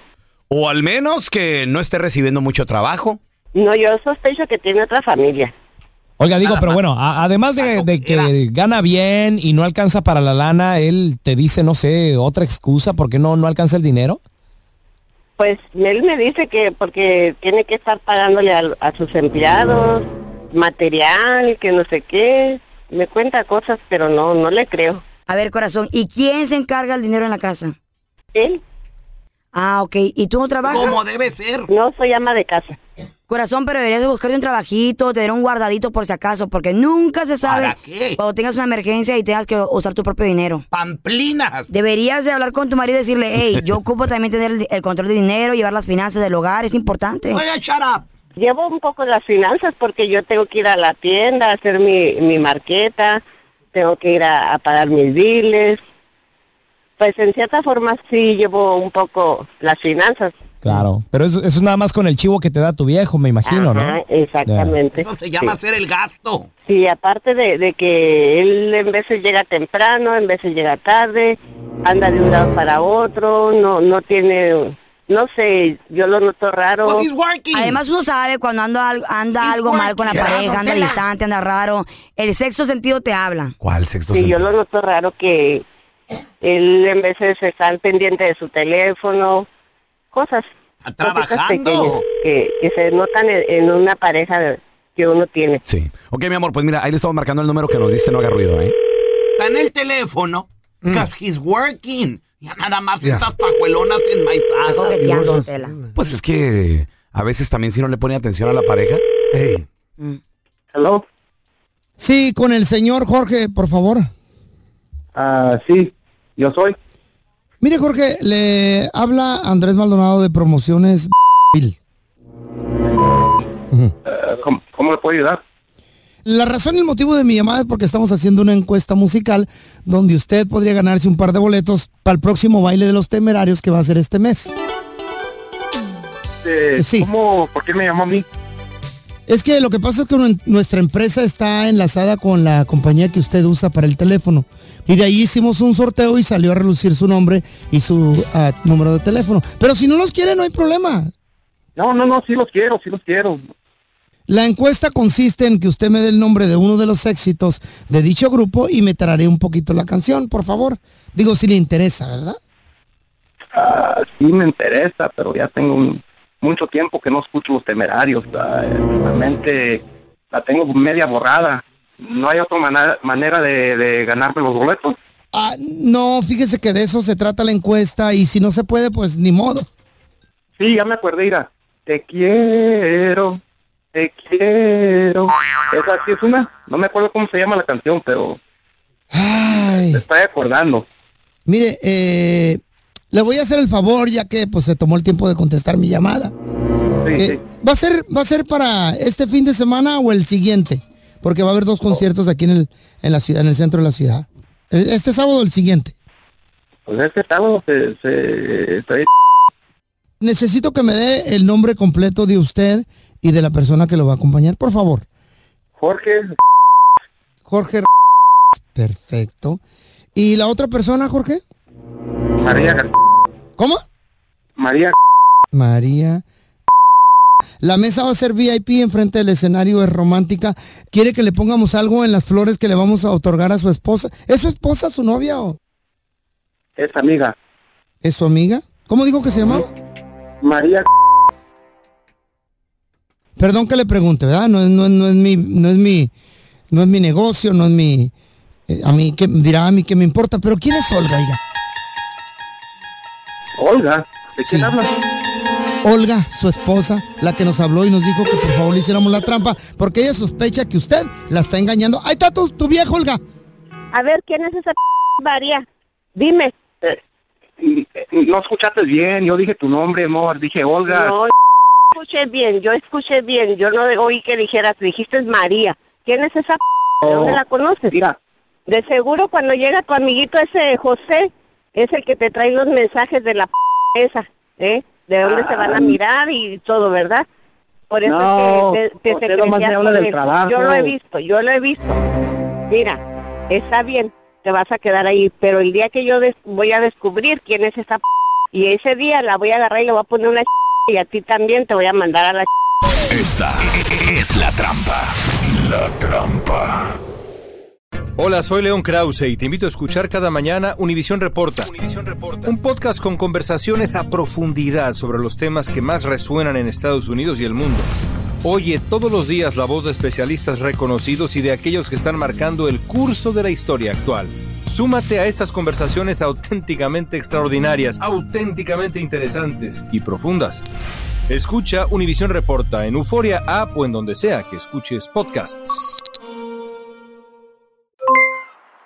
Speaker 4: O al menos que no esté recibiendo mucho trabajo.
Speaker 17: No, yo sospecho que tiene otra familia.
Speaker 20: Oiga, digo, pero bueno, a- además de, de que gana bien y no alcanza para la lana, él te dice, no sé, otra excusa, ¿por qué no, no alcanza el dinero?
Speaker 17: Pues él me dice que porque tiene que estar pagándole al- a, sus empleados, material, que no sé qué. Me cuenta cosas, pero no, no le creo.
Speaker 7: A ver, corazón, ¿y quién se encarga el dinero en la casa?
Speaker 17: Él.
Speaker 7: Ah, ok. ¿Y tú no trabajas?
Speaker 17: Como debe ser. No, soy ama de casa.
Speaker 7: Corazón, pero deberías de buscarte un trabajito, tener un guardadito por si acaso, porque nunca se sabe
Speaker 17: ¿Para qué?
Speaker 7: cuando tengas una emergencia y tengas que usar tu propio dinero.
Speaker 17: ¡Pamplinas!
Speaker 7: Deberías de hablar con tu marido y decirle, hey, yo ocupo también tener el, el control de dinero, llevar las finanzas del hogar, es importante.
Speaker 17: Llevo un poco las finanzas porque yo tengo que ir a la tienda a hacer mi, mi marqueta, tengo que ir a, a pagar mis biles. Pues en cierta forma sí llevo un poco las finanzas.
Speaker 20: Claro. Pero eso, eso es nada más con el chivo que te da tu viejo, me imagino,
Speaker 17: Ajá,
Speaker 20: ¿no?
Speaker 17: exactamente. Eso
Speaker 12: se llama
Speaker 17: hacer el gasto. Sí, aparte de, de que él en veces llega temprano, en veces llega tarde, anda de un lado para otro, no no tiene, no sé, yo lo noto raro.
Speaker 7: Además uno sabe cuando anda, al- anda algo mal con la
Speaker 17: working.
Speaker 7: pareja, anda
Speaker 17: Tela.
Speaker 7: distante, anda raro. El sexto sentido te habla.
Speaker 4: ¿Cuál sexto
Speaker 17: Sí, yo lo noto raro que él en veces está al pendiente de su teléfono, cosas. Cositas pequeñas que, que se notan en, en una pareja que uno tiene.
Speaker 4: Sí. Ok, mi amor, pues mira, ahí le estamos marcando el número que nos diste, no haga ruido, ¿eh?
Speaker 12: Está en el teléfono.
Speaker 6: Mm.
Speaker 12: Cause he's working. Ya nada más estas pajuelonas en my
Speaker 7: Ah, Coqueteando,
Speaker 4: Pues es que a veces también si no le pone atención a la pareja.
Speaker 6: ¿Aló? Sí, con el señor Jorge, por favor.
Speaker 8: Ah, sí, yo soy.
Speaker 6: Mire, Jorge, le habla Andrés Maldonado de Promociones Vil.
Speaker 8: Eh, ¿cómo, cómo le puedo ayudar?
Speaker 6: La razón y el motivo de mi llamada es porque estamos haciendo una encuesta musical donde usted podría ganarse un par de boletos para el próximo baile de los temerarios que va a ser este mes. Este,
Speaker 8: Eh, ¿Cómo? ¿Por qué me llamó a mí?
Speaker 6: Es que lo que pasa es que nu- nuestra empresa está enlazada con la compañía que usted usa para el teléfono. Y de ahí hicimos un sorteo y salió a relucir su nombre y su ah, número de teléfono. Pero si no los quiere, no hay problema.
Speaker 8: No, no, no, sí los quiero, sí los quiero.
Speaker 6: La encuesta consiste en que usted me dé el nombre de uno de los éxitos de dicho grupo y me traeré un poquito la canción, por favor. Digo, si le interesa, ¿verdad?
Speaker 14: Ah, sí me interesa, pero ya tengo un- mucho tiempo que no escucho los temerarios. ah, eh, realmente la tengo media borrada. ¿No hay otra mana- manera de, de ganarme los boletos?
Speaker 6: Ah, no, fíjese que de eso se trata la encuesta y si no se puede, pues ni modo.
Speaker 14: Sí, ya me acordé, mira. Te quiero, te quiero. Esa sí es una. No me acuerdo cómo se llama la canción, pero me estoy acordando.
Speaker 6: Mire, eh, le voy a hacer el favor ya que pues se tomó el tiempo de contestar mi llamada. Eh, ¿va, a ser, ¿Va a ser para este fin de semana o el siguiente? Porque va a haber dos conciertos aquí en, el, en la ciudad, en el centro de la ciudad. El- Este sábado o el siguiente.
Speaker 14: Pues este sábado se, se, se-
Speaker 6: Necesito que me dé el nombre completo de usted y de la persona que lo va a acompañar, por favor.
Speaker 14: Jorge,
Speaker 6: Jorge. Perfecto. ¿Y la otra persona, Jorge?
Speaker 14: María,
Speaker 6: ¿Cómo?
Speaker 14: María.
Speaker 6: María. La mesa va a ser VIP enfrente del escenario, es romántica. ¿Quiere que le pongamos algo en las flores que le vamos a otorgar a su esposa? ¿Es su esposa, su novia o
Speaker 14: Es amiga.
Speaker 6: es su amiga? ¿Cómo dijo que se llamaba?
Speaker 14: María.
Speaker 6: Perdón que le pregunte, ¿verdad? No, es- no es- no es mi, no es mi, no es mi negocio, no es mi, eh, a mí que dirá a mí que me importa, pero ¿quién es Olga, oiga?
Speaker 14: Olga. ¿De quién
Speaker 6: Sí.
Speaker 14: hablas?
Speaker 6: Olga, su esposa, la que nos habló y nos dijo que por favor le hiciéramos la trampa, porque ella sospecha que usted la está engañando. Ahí está tu, tu vieja, Olga.
Speaker 17: A ver, ¿quién es esa p- María? Dime.
Speaker 14: Y, eh, No escuchaste bien. Yo dije tu nombre, amor. Dije Olga.
Speaker 17: No, escuché bien, yo escuché bien. Yo no oí que dijeras, dijiste María. ¿Quién es esa p-? ¿De dónde la conoces?
Speaker 14: Oh, Mira.
Speaker 17: De seguro cuando llega tu amiguito ese José, es el que te trae los mensajes de la p- esa, ¿eh? De dónde se van a
Speaker 14: Ay.
Speaker 17: mirar y todo, ¿verdad? Por eso
Speaker 14: No,
Speaker 17: es que te, te
Speaker 14: José nomás
Speaker 17: secreteas
Speaker 14: me habla
Speaker 17: con
Speaker 14: del
Speaker 17: él.
Speaker 14: trabajo.
Speaker 17: Yo lo he visto, yo lo he visto. Mira, está bien, te vas a quedar ahí, pero el día que yo des- voy a descubrir quién es esa p- y ese día la voy a agarrar y le voy a poner una ch- y a ti también te voy a mandar a la ch-
Speaker 21: Esta es la trampa. La trampa.
Speaker 15: Hola, soy León Krause y te invito a escuchar cada mañana Univisión Reporta. Un podcast con conversaciones a profundidad sobre los temas que más resuenan en Estados Unidos y el mundo. Oye todos los días la voz de especialistas reconocidos y de aquellos que están marcando el curso de la historia actual. Súmate a estas conversaciones auténticamente extraordinarias, auténticamente interesantes y profundas. Escucha Univisión Reporta en Euforia App o en donde sea que escuches podcasts.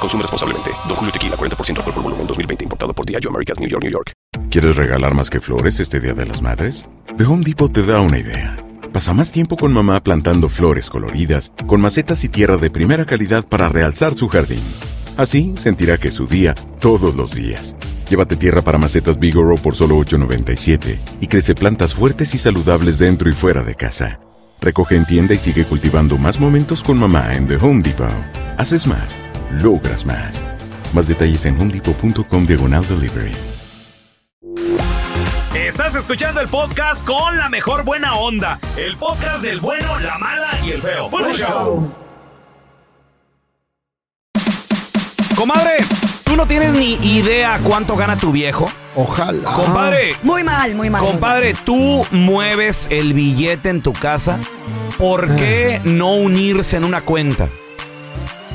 Speaker 3: Consume responsablemente. Don Julio Tequila, 40% alcohol por volumen, 2020. Importado por Diageo Americas, New York, New York.
Speaker 1: ¿Quieres regalar más que flores este Día de las Madres? The Home Depot te da una idea. Pasa más tiempo con mamá plantando flores coloridas, con macetas y tierra de primera calidad para realzar su jardín. Así sentirá que es su día todos los días. Llévate tierra para macetas Bigoro por solo $8.97 y crece plantas fuertes y saludables dentro y fuera de casa. Recoge en tienda y sigue cultivando más momentos con mamá en The Home Depot. Haces más, logras más. Más detalles en homedepot.com diagonal delivery.
Speaker 4: Estás escuchando el podcast con la mejor buena onda. El podcast del bueno, la mala y el feo. ¡Buen show! Comadre, tú no tienes ni idea cuánto gana tu viejo.
Speaker 22: Ojalá.
Speaker 4: Compadre,
Speaker 7: Muy mal, muy
Speaker 4: Ah.
Speaker 7: mal. muy
Speaker 4: compadre, tú mueves el Ah. billete en tu casa. ¿Por qué no unirse en una cuenta?
Speaker 7: mal.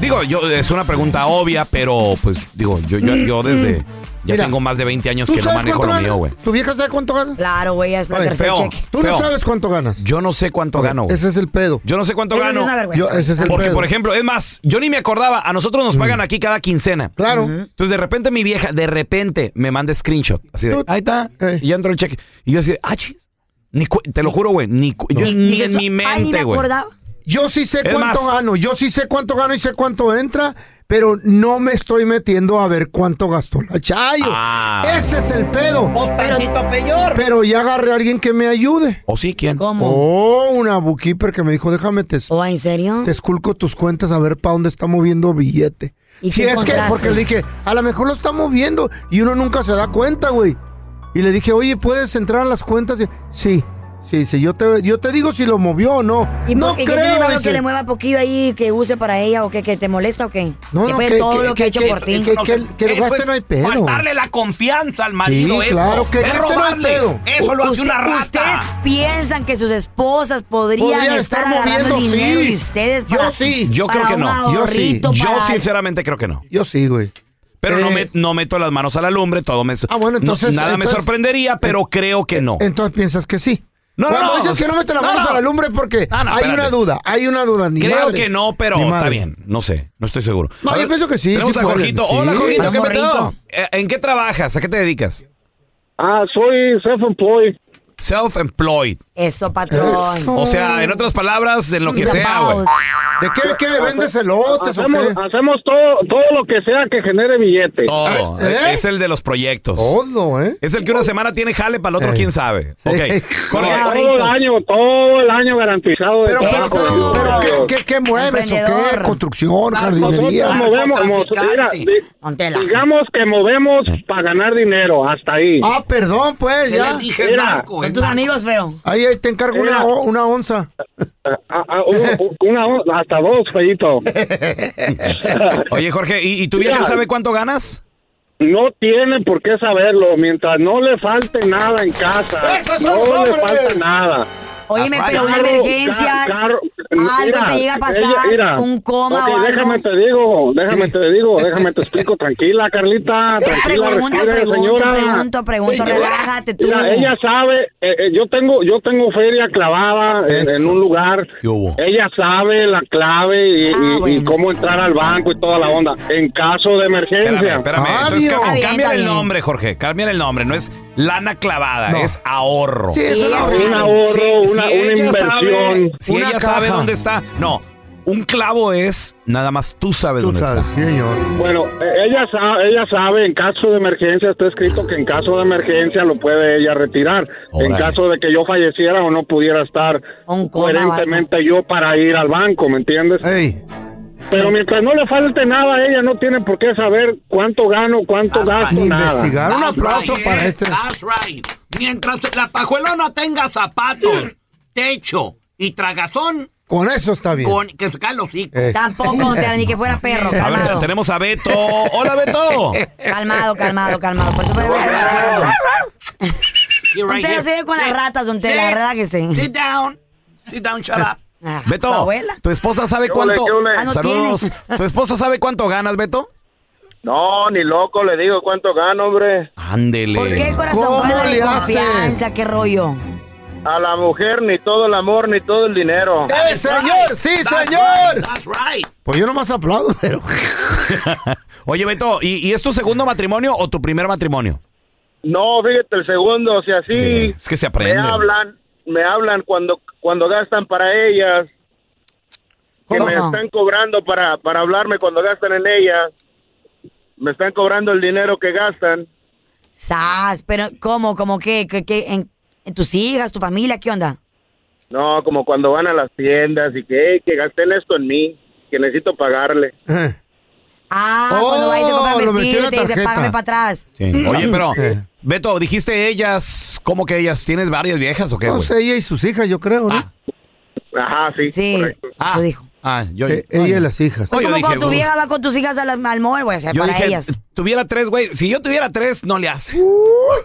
Speaker 4: Digo, yo es una pregunta obvia, pero pues digo, yo, yo, yo desde ya
Speaker 6: Mira,
Speaker 4: tengo más de 20 años
Speaker 6: ¿tú
Speaker 4: que no
Speaker 6: sabes
Speaker 4: manejo
Speaker 6: cuánto
Speaker 4: lo
Speaker 6: gana?
Speaker 4: mío, güey.
Speaker 6: ¿Tu vieja sabe cuánto gana?
Speaker 7: Claro, güey, es la
Speaker 6: Oye,
Speaker 7: tercer
Speaker 4: feo.
Speaker 7: cheque.
Speaker 6: Tú no
Speaker 4: Feo.
Speaker 6: sabes cuánto ganas.
Speaker 4: Yo no sé cuánto gano. güey.
Speaker 6: Ese es el pedo.
Speaker 4: Yo no sé cuánto
Speaker 6: Ese es
Speaker 4: gano.
Speaker 6: una vergüenza. Yo- ese es el
Speaker 4: Porque,
Speaker 6: pedo. Mm.
Speaker 4: por ejemplo, es más, yo ni me acordaba, a nosotros nos pagan aquí cada quincena.
Speaker 6: Claro.
Speaker 4: Entonces, de repente, mi vieja, de repente, me manda screenshot. Así de, ahí está. Y ya entró el cheque. Y yo así, de, ah, chis. Ni cu- te lo juro, güey. Ni, cu- yo- ni en mi mente, güey.
Speaker 6: Yo sí sé
Speaker 4: Es
Speaker 6: cuánto
Speaker 4: más-
Speaker 6: gano, yo sí sé cuánto gano y sé cuánto entra, pero no me estoy metiendo a ver cuánto gastó la Chayo.
Speaker 4: Ah.
Speaker 6: Ese es el pedo.
Speaker 11: tantito peor.
Speaker 6: Pero ya agarré a alguien que me ayude.
Speaker 4: ¿O sí? ¿Quién?
Speaker 6: ¿Cómo? Oh, una bookkeeper que me dijo, déjame te...
Speaker 7: ¿O en serio?
Speaker 6: Te esculco tus cuentas a ver para dónde está moviendo billete.
Speaker 7: ¿Y
Speaker 6: si
Speaker 7: qué
Speaker 6: es que,
Speaker 7: encontraste?
Speaker 6: porque le dije, a lo mejor lo está moviendo y uno nunca se da cuenta, güey. Y le dije, oye, ¿puedes entrar a las cuentas? Y- sí, sí, sí, yo te, yo te digo si lo movió o no.
Speaker 7: ¿Y
Speaker 6: no
Speaker 7: por- y que
Speaker 6: creo.
Speaker 7: mínimo algo
Speaker 6: dice.
Speaker 7: que le mueva poquillo ahí que use para ella o que, que te molesta o qué?
Speaker 6: No,
Speaker 7: que
Speaker 6: no,
Speaker 7: fue
Speaker 6: que-
Speaker 7: todo
Speaker 6: que-
Speaker 7: lo que,
Speaker 6: que-
Speaker 7: ha hecho
Speaker 6: que-
Speaker 7: por ti.
Speaker 6: que- que- que lo gaste no hay pedo.
Speaker 11: Faltarle la confianza al marido.
Speaker 6: Sí,
Speaker 11: eso.
Speaker 6: claro que
Speaker 11: Es
Speaker 6: gaste no hay
Speaker 11: robarle.
Speaker 6: pedo.
Speaker 11: Eso lo hace una
Speaker 7: Usted- Ustedes
Speaker 11: rata.
Speaker 7: piensan que sus esposas podrían,
Speaker 6: Podrían
Speaker 7: estar,
Speaker 6: estar
Speaker 7: agarrando
Speaker 6: moviendo,
Speaker 7: el dinero
Speaker 6: sí.
Speaker 7: y ustedes
Speaker 6: Yo
Speaker 7: para,
Speaker 6: sí.
Speaker 4: Yo creo que
Speaker 7: para un
Speaker 4: no. Yo sí.
Speaker 7: ahorrito,
Speaker 4: Yo
Speaker 7: para-
Speaker 4: sinceramente creo que no.
Speaker 6: Yo sí, güey. Eh.
Speaker 4: Pero no, me- no meto las manos a la lumbre, todo me...
Speaker 6: Ah, bueno,
Speaker 4: no-
Speaker 6: entonces-
Speaker 4: nada me
Speaker 6: entonces- eh,
Speaker 4: sorprendería, pero creo que no.
Speaker 6: Entonces piensas que sí.
Speaker 4: No, no,
Speaker 6: Cuando
Speaker 4: no,
Speaker 6: dices
Speaker 4: o sea,
Speaker 6: que no mete las
Speaker 4: no,
Speaker 6: manos
Speaker 4: no. Ah,
Speaker 6: a la lumbre porque
Speaker 4: No, no,
Speaker 6: hay
Speaker 4: espérate.
Speaker 6: una duda, hay una duda. Ni
Speaker 4: Creo
Speaker 6: madre.
Speaker 4: que no, pero
Speaker 6: Ni
Speaker 4: está
Speaker 6: madre.
Speaker 4: bien. No sé, no estoy seguro.
Speaker 6: No,
Speaker 4: A
Speaker 6: yo
Speaker 4: ver,
Speaker 6: pienso que sí,
Speaker 4: Tenemos
Speaker 6: sí
Speaker 4: a
Speaker 6: pueden.
Speaker 4: Jorgito.
Speaker 6: Sí,
Speaker 4: Hola, Jorgito,
Speaker 6: está
Speaker 4: ¿qué
Speaker 6: morrito.
Speaker 4: pedo? Eh, ¿En qué trabajas? ¿A qué te dedicas?
Speaker 8: Ah, soy self-employed.
Speaker 4: Self-employed.
Speaker 7: Eso, patrón.
Speaker 4: O sea, en otras palabras, en lo que sea, güey.
Speaker 6: ¿De qué, qué ¿eh? vendes elotes o
Speaker 8: hacemos,
Speaker 6: qué?
Speaker 8: hacemos todo, todo lo que sea que genere billete.
Speaker 4: Todo.
Speaker 6: ¿eh?
Speaker 4: Es el de los proyectos.
Speaker 6: Ah, Todo, ¿eh?
Speaker 4: Es el que una semana tiene jale para el otro, quién sabe. Ok. Jorge,
Speaker 8: todo el año, todo el año garantizado. de
Speaker 6: Pero, pero,
Speaker 8: trabajo.
Speaker 6: pero, ¿qué, qué, qué mueves o qué? Construcción, jardinería.
Speaker 8: Nosotros movemos, mos- mira, di- digamos que movemos para ganar dinero, hasta ahí.
Speaker 6: Ah, perdón, pues,
Speaker 8: ¿Qué
Speaker 6: ya.
Speaker 8: le dije, Mira. narco,
Speaker 7: Son tus amigos, feo.
Speaker 6: Ahí, ahí te encargo
Speaker 8: Mira.
Speaker 6: una, o- una onza.
Speaker 8: Ah, ah, un- una, on- hasta dos, feito.
Speaker 4: Oye, Jorge, ¿y, y tu vieja
Speaker 8: Mira.
Speaker 4: sabe cuánto ganas?
Speaker 8: No tiene por qué saberlo mientras no le falte nada en casa.
Speaker 7: ¡Esos son los
Speaker 8: No le
Speaker 7: hombres!
Speaker 8: falta nada.
Speaker 7: Óyeme,
Speaker 8: Ah,
Speaker 7: pero una
Speaker 8: claro,
Speaker 7: emergencia,
Speaker 8: ca- claro,
Speaker 7: algo
Speaker 8: mira,
Speaker 7: te llega a pasar,
Speaker 8: ella- mira,
Speaker 7: un coma
Speaker 8: ok,
Speaker 7: o algo.
Speaker 8: déjame te digo, déjame te digo, déjame te explico. Tranquila, Carlita, tranquila,
Speaker 7: pregunto,
Speaker 8: respire,
Speaker 7: pregunto,
Speaker 8: señora.
Speaker 7: pregunto, pregunto, relájate tú.
Speaker 8: Mira, ella sabe, eh, eh, yo tengo yo tengo feria clavada en, en un lugar. Ella sabe la clave y, y- y cómo entrar al banco y toda la onda en caso de emergencia.
Speaker 4: Espérame, espérame.
Speaker 8: Ah,
Speaker 4: Entonces, ca-
Speaker 8: Está bien,
Speaker 4: cambia
Speaker 8: está
Speaker 4: el
Speaker 8: bien.
Speaker 4: nombre, Jorge. Cambia el nombre. No es lana clavada, es ahorro.
Speaker 8: Sí, es un ahorro. Un ahorro, una- una
Speaker 4: ella sabe-
Speaker 8: inversión.
Speaker 4: si
Speaker 8: Una
Speaker 4: ella sabe
Speaker 8: caja.
Speaker 4: dónde está. No, un clavo es nada más tú sabes dónde está.
Speaker 8: Bueno, eh, ella sabe, ella sabe, en caso de emergencia está escrito que en caso de emergencia lo puede ella retirar. En caso de que yo falleciera o no pudiera estar
Speaker 7: coma o algo.
Speaker 8: coherentemente yo para ir al banco, ¿me entiendes? Pero mientras no le falte nada, ella no tiene por qué saber cuánto gano, cuánto gasto, nada.
Speaker 4: Ah,
Speaker 11: That's right, eh,
Speaker 8: este-
Speaker 4: este
Speaker 11: That's right. Mientras la pajuelona tenga zapatos, techo y tragazón,
Speaker 6: Con eso está bien.
Speaker 11: con, que se caen los hijos.
Speaker 7: Tampoco, te- ni que fuera perro,
Speaker 4: A ver,
Speaker 7: calmado.
Speaker 4: tenemos a Beto. Hola, Beto.
Speaker 7: Calmado, calmado, calmado. Por eso me-
Speaker 11: right
Speaker 7: Usted
Speaker 11: here.
Speaker 7: sigue con las
Speaker 11: Sit,
Speaker 7: ratas, don Tela,
Speaker 11: sit,
Speaker 7: relájese.
Speaker 11: Sit down. Sit down, shut up.
Speaker 7: Ah,
Speaker 4: Beto, tu esposa sabe
Speaker 11: ¿Qué ole,
Speaker 4: cuánto.
Speaker 11: qué ole? Ah, no
Speaker 4: Saludos.
Speaker 11: tiene.
Speaker 4: ¿Tu esposa sabe cuánto ganas, Beto?
Speaker 8: No, ni loco le digo cuánto gano, hombre.
Speaker 4: Ándele.
Speaker 8: ¿Por
Speaker 7: ¿Qué corazón?
Speaker 8: ¿Cómo
Speaker 7: ¿Cuál es
Speaker 8: le
Speaker 7: la
Speaker 8: hace?
Speaker 7: confianza? ¿Qué rollo?
Speaker 8: A la mujer ni todo el amor ni todo el dinero.
Speaker 6: ¡Eh, señor! ¡Sí, señor! Pues yo nomás aplaudo, pero...
Speaker 4: Oye, Beto, ¿y, y es tu segundo matrimonio o tu primer matrimonio?
Speaker 8: No, fíjate el segundo, o sea, sí.
Speaker 4: Sí, es que se aprende.
Speaker 8: Me hablan, me hablan cuando cuando gastan para ellas. Que me
Speaker 4: ¿Cómo?
Speaker 8: están cobrando para para hablarme cuando gastan en ellas. Me están cobrando el dinero que gastan.
Speaker 7: Sas, pero ¿cómo? ¿Cómo qué? ¿Qué- qué? ¿En, en tus hijas, tu familia? ¿Qué onda?
Speaker 8: No, como cuando van a las tiendas y que "Hey, que gasten esto en mí, que necesito pagarle.
Speaker 7: Ah,
Speaker 6: Oh,
Speaker 7: cuando vais a comprar
Speaker 6: lo metió en
Speaker 7: vestido
Speaker 6: la
Speaker 7: y te dice,
Speaker 6: tarjeta.
Speaker 7: págame para atrás.
Speaker 4: Oye, pero, Beto, dijiste ellas, ¿cómo que ellas? ¿Tienes varias viejas o qué,
Speaker 6: No
Speaker 4: güey?
Speaker 6: sé, ella y sus hijas, yo creo, ¿no?
Speaker 8: Ajá, sí.
Speaker 7: Sí,
Speaker 8: correcto.
Speaker 7: eso dijo.
Speaker 4: Ah, yo.
Speaker 6: Eh, ella y las hijas.
Speaker 4: No, yo
Speaker 7: Como
Speaker 4: dije, pues,
Speaker 7: cuando tu
Speaker 4: "Uf".
Speaker 7: vieja va con tus hijas al, al mall, voy a ser
Speaker 4: Yo
Speaker 7: Eh, para
Speaker 4: dije,
Speaker 7: ellas.
Speaker 4: tuviera tres, güey. Si yo tuviera tres, no le hace.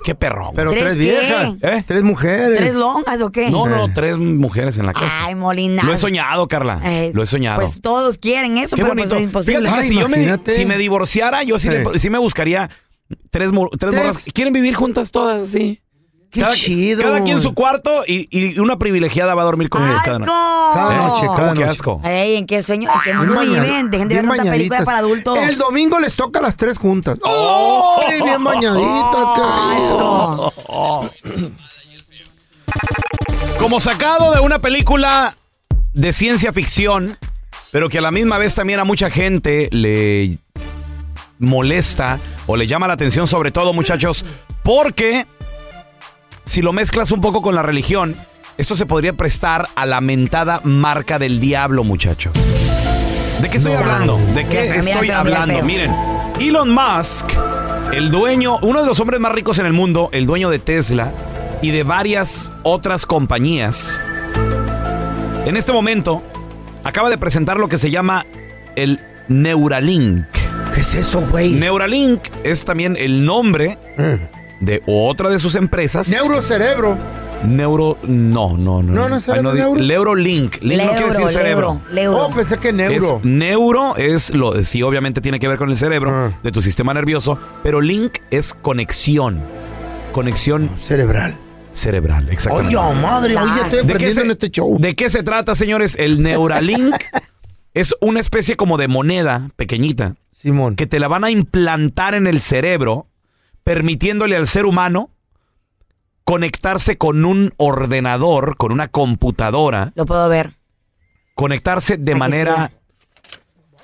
Speaker 4: qué perro.
Speaker 6: Pero
Speaker 7: ¿Tres
Speaker 6: tres,
Speaker 7: qué?
Speaker 6: viejas, tres mujeres.
Speaker 7: ¿Tres longas o qué?
Speaker 4: No, no, tres mujeres en la casa.
Speaker 7: Ay, Molina.
Speaker 4: Lo he soñado, Carla.
Speaker 7: Eh,
Speaker 4: Lo he soñado.
Speaker 7: Pues todos quieren eso,
Speaker 4: qué
Speaker 7: pero
Speaker 4: bonito.
Speaker 7: pues es imposible.
Speaker 4: Fíjate que si, yo me, si me divorciara, yo sí, le- sí me buscaría tres, mor- tres morras. ¿Quieren vivir juntas todas así?
Speaker 6: Qué chido.
Speaker 4: Cada quien su cuarto y, y una privilegiada va a dormir conmigo. Cada noche.
Speaker 6: Cada
Speaker 4: ¿Eh?
Speaker 6: noche,
Speaker 4: ¿Cómo
Speaker 6: cada
Speaker 4: que
Speaker 6: noche.
Speaker 4: asco?
Speaker 7: Ey, ¿en qué sueño? ¿En qué mundo
Speaker 6: Ah, Bien
Speaker 7: viven? Dejen de ver
Speaker 6: bien
Speaker 7: tanta
Speaker 6: bañaditas.
Speaker 7: película para adultos.
Speaker 6: El domingo les toca a las tres juntas.
Speaker 7: ¡Oh!
Speaker 6: ¡Ay, bien bañaditas! qué rico!
Speaker 4: Como sacado de una película de ciencia ficción, pero que a la misma vez también a mucha gente le molesta o le llama la atención, sobre todo muchachos, porque si lo mezclas un poco con la religión, esto se podría prestar a la mentada marca del diablo, muchachos. ¿De qué estoy hablando? ¿De
Speaker 5: Mira,
Speaker 4: qué
Speaker 5: mira,
Speaker 4: estoy
Speaker 5: mira,
Speaker 4: hablando?
Speaker 5: mira,
Speaker 4: Miren, Elon Musk, el dueño, uno de los hombres más ricos en el mundo, el dueño de Tesla y de varias otras compañías, en este momento acaba de presentar lo que se llama el Neuralink. ¿Qué es eso, güey? Neuralink es también el nombre de otra de sus empresas.
Speaker 6: Neurocerebro.
Speaker 4: Neuro. No, no, no.
Speaker 6: No, no es
Speaker 4: Ay,
Speaker 6: cerebro, neuro.
Speaker 4: Neurolink. Link no quiere decir cerebro.
Speaker 6: Oh, pensé que neuro.
Speaker 4: Es neuro es lo sí obviamente tiene que ver con el cerebro
Speaker 6: Ah.
Speaker 4: de tu sistema nervioso, pero link es conexión. Conexión
Speaker 6: Ah, cerebral.
Speaker 4: Cerebral, exactamente.
Speaker 6: Oye, oh, madre, oye, estoy
Speaker 4: ¿De qué
Speaker 6: aprendiendo
Speaker 4: se-
Speaker 6: en este show.
Speaker 4: ¿De qué se trata, señores? El Neuralink es una especie como de moneda pequeñita
Speaker 6: Simón.
Speaker 4: que te la van a implantar en el cerebro permitiéndole al ser humano conectarse con un ordenador, con una computadora.
Speaker 7: Lo puedo ver.
Speaker 4: Conectarse de
Speaker 7: Aquí
Speaker 4: manera,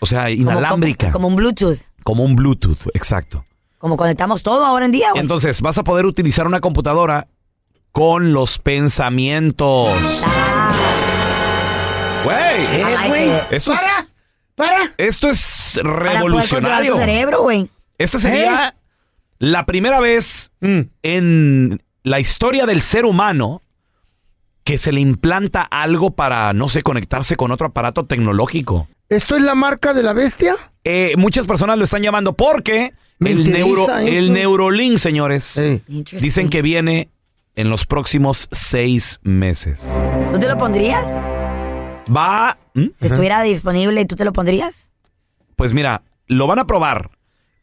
Speaker 4: o sea,
Speaker 7: Como-
Speaker 4: inalámbrica.
Speaker 7: Como, como un Bluetooth.
Speaker 4: Como un Bluetooth, exacto.
Speaker 7: Como conectamos todo ahora en día, güey.
Speaker 4: Entonces, vas a poder utilizar una computadora con los pensamientos.
Speaker 7: I
Speaker 4: Güey,
Speaker 7: like it.
Speaker 4: esto es,
Speaker 7: Para.
Speaker 4: esto es
Speaker 7: Eh, Para poder controlar
Speaker 4: revolucionario.
Speaker 7: tu cerebro, Eh. güey.
Speaker 4: Esta sería la primera vez
Speaker 7: Mm.
Speaker 4: en la historia del ser humano que se le implanta algo para, no sé, conectarse con otro aparato tecnológico.
Speaker 6: ¿Esto es la marca de la bestia?
Speaker 4: Eh, muchas personas lo están llamando porque
Speaker 6: Me
Speaker 4: el,
Speaker 6: interesa
Speaker 4: neuro,
Speaker 6: eso.
Speaker 4: el Neurolink, señores,
Speaker 7: Interesting.
Speaker 4: dicen que viene en los próximos seis meses.
Speaker 7: ¿Tú te lo pondrías?
Speaker 4: Va... ¿Mm?
Speaker 7: Si estuviera disponible, ¿tú te lo pondrías?
Speaker 4: Pues mira, lo van a probar.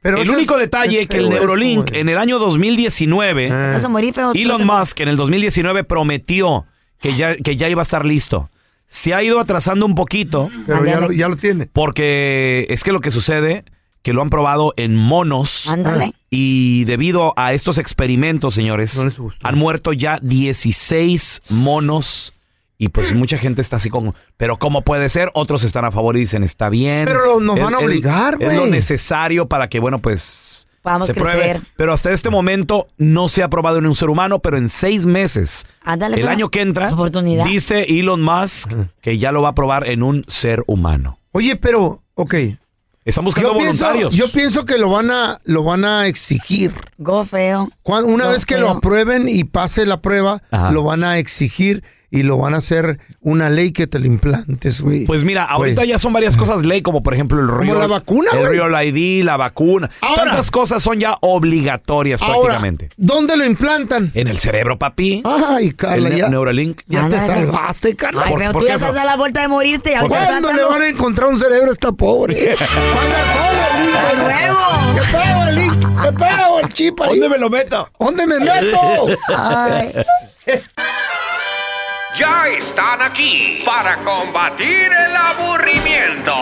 Speaker 7: Pero
Speaker 4: el
Speaker 7: eso
Speaker 4: único
Speaker 7: es-
Speaker 4: detalle
Speaker 7: es Ah.
Speaker 4: que el
Speaker 7: feo eso,
Speaker 4: Neurolink en el año 2019,
Speaker 6: Eh.
Speaker 7: Vas a morir feo.
Speaker 4: Elon Musk en el 2019 prometió que ya, que ya iba a estar listo. Se ha ido atrasando un poquito.
Speaker 6: Pero ya lo, ya lo tiene.
Speaker 4: Porque es que lo que sucede, que lo han probado en monos.
Speaker 6: Ándale.
Speaker 4: Y debido a estos experimentos, señores, han muerto ya 16 monos. Y pues mucha gente está así como, pero ¿cómo puede ser? Otros están a favor y dicen, está bien.
Speaker 6: Pero lo- nos
Speaker 4: Es-
Speaker 6: van a
Speaker 4: es-
Speaker 6: obligar,
Speaker 4: Es lo
Speaker 6: güey.
Speaker 4: necesario para que, bueno, pues...
Speaker 7: Podamos
Speaker 4: se pruebe.
Speaker 7: crecer.
Speaker 4: Pero hasta este momento no se ha probado en un ser humano, pero en seis meses,
Speaker 7: Ándale,
Speaker 4: el
Speaker 7: pues,
Speaker 4: año que entra,
Speaker 7: oportunidad.
Speaker 4: dice Elon Musk que ya lo va a probar en un ser humano.
Speaker 6: Oye, pero, ok.
Speaker 4: Están buscando
Speaker 6: pienso-
Speaker 4: voluntarios.
Speaker 6: yo pienso que lo van a, lo van a exigir.
Speaker 7: Go feo.
Speaker 6: Cuan- una
Speaker 7: Go
Speaker 6: vez que
Speaker 7: feo.
Speaker 6: lo aprueben y pase la prueba,
Speaker 4: Ajá.
Speaker 6: lo van a exigir y lo van a hacer una ley que te lo implantes, güey.
Speaker 4: Pues mira, ahorita
Speaker 6: Güey.
Speaker 4: ya son varias cosas ley, como por ejemplo el Real,
Speaker 6: la vacuna,
Speaker 4: el
Speaker 6: güey.
Speaker 4: Real ID, la vacuna.
Speaker 6: Ahora.
Speaker 4: Tantas cosas son ya obligatorias
Speaker 6: Ahora.
Speaker 4: prácticamente.
Speaker 6: ¿Dónde lo implantan?
Speaker 4: En el cerebro, papi.
Speaker 6: Ay, Carla,
Speaker 4: el ne-
Speaker 6: ya-
Speaker 4: Neuralink.
Speaker 6: Ya te salvaste, Carla.
Speaker 7: Ay, pero tú ya estás a la vuelta de morirte.
Speaker 6: ¿Cuándo le van a encontrar un cerebro a esta pobre? ¡Qué pedo, el link! ¡Qué pedo, el chip ahí?
Speaker 4: ¿Dónde me lo meto?
Speaker 6: ¿Dónde me meto?
Speaker 5: Ay.
Speaker 9: Ya están aquí para combatir el aburrimiento.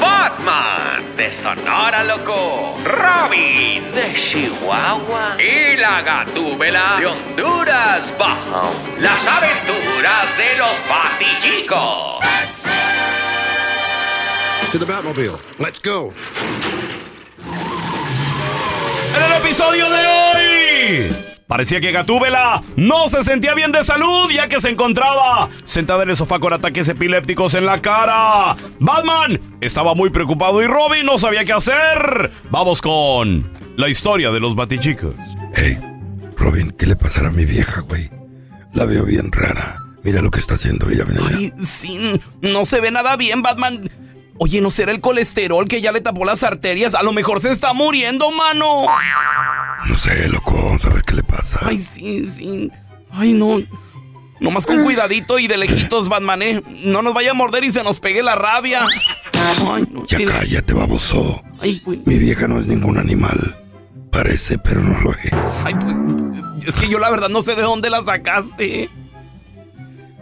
Speaker 9: Batman de Sonora Loco, Robin de Chihuahua y la Gatúbela de Honduras Bajo. Las aventuras de los Batichicos.
Speaker 10: To the Batmobile. Let's go.
Speaker 4: En el episodio de hoy. Parecía que Gatúbela no se sentía bien de salud ya que se encontraba sentada en el sofá con ataques epilépticos en la cara. Batman estaba muy preocupado y Robin no sabía qué hacer. Vamos con la historia de los batichicos.
Speaker 10: Hey, Robin, ¿qué le pasará a mi vieja, güey? La veo bien rara. Mira lo que está haciendo ella, mira, mira.
Speaker 4: Ay, sí, no se ve nada bien, Batman. Oye, ¿no será el colesterol que ya le tapó las arterias? A lo mejor se está muriendo, mano.
Speaker 10: No sé, loco, vamos a ver qué le pasa.
Speaker 4: Ay, sí, sí. Ay, no. Nomás con cuidadito y de lejitos, Batman, ¿eh? No nos vaya a morder y se nos pegue la rabia. Ay, no.
Speaker 10: Ya cállate, baboso.
Speaker 4: Ay, pues.
Speaker 10: Mi vieja no es ningún animal. Parece, pero no lo es.
Speaker 4: Ay, pues. Es que yo la verdad no sé de dónde la sacaste.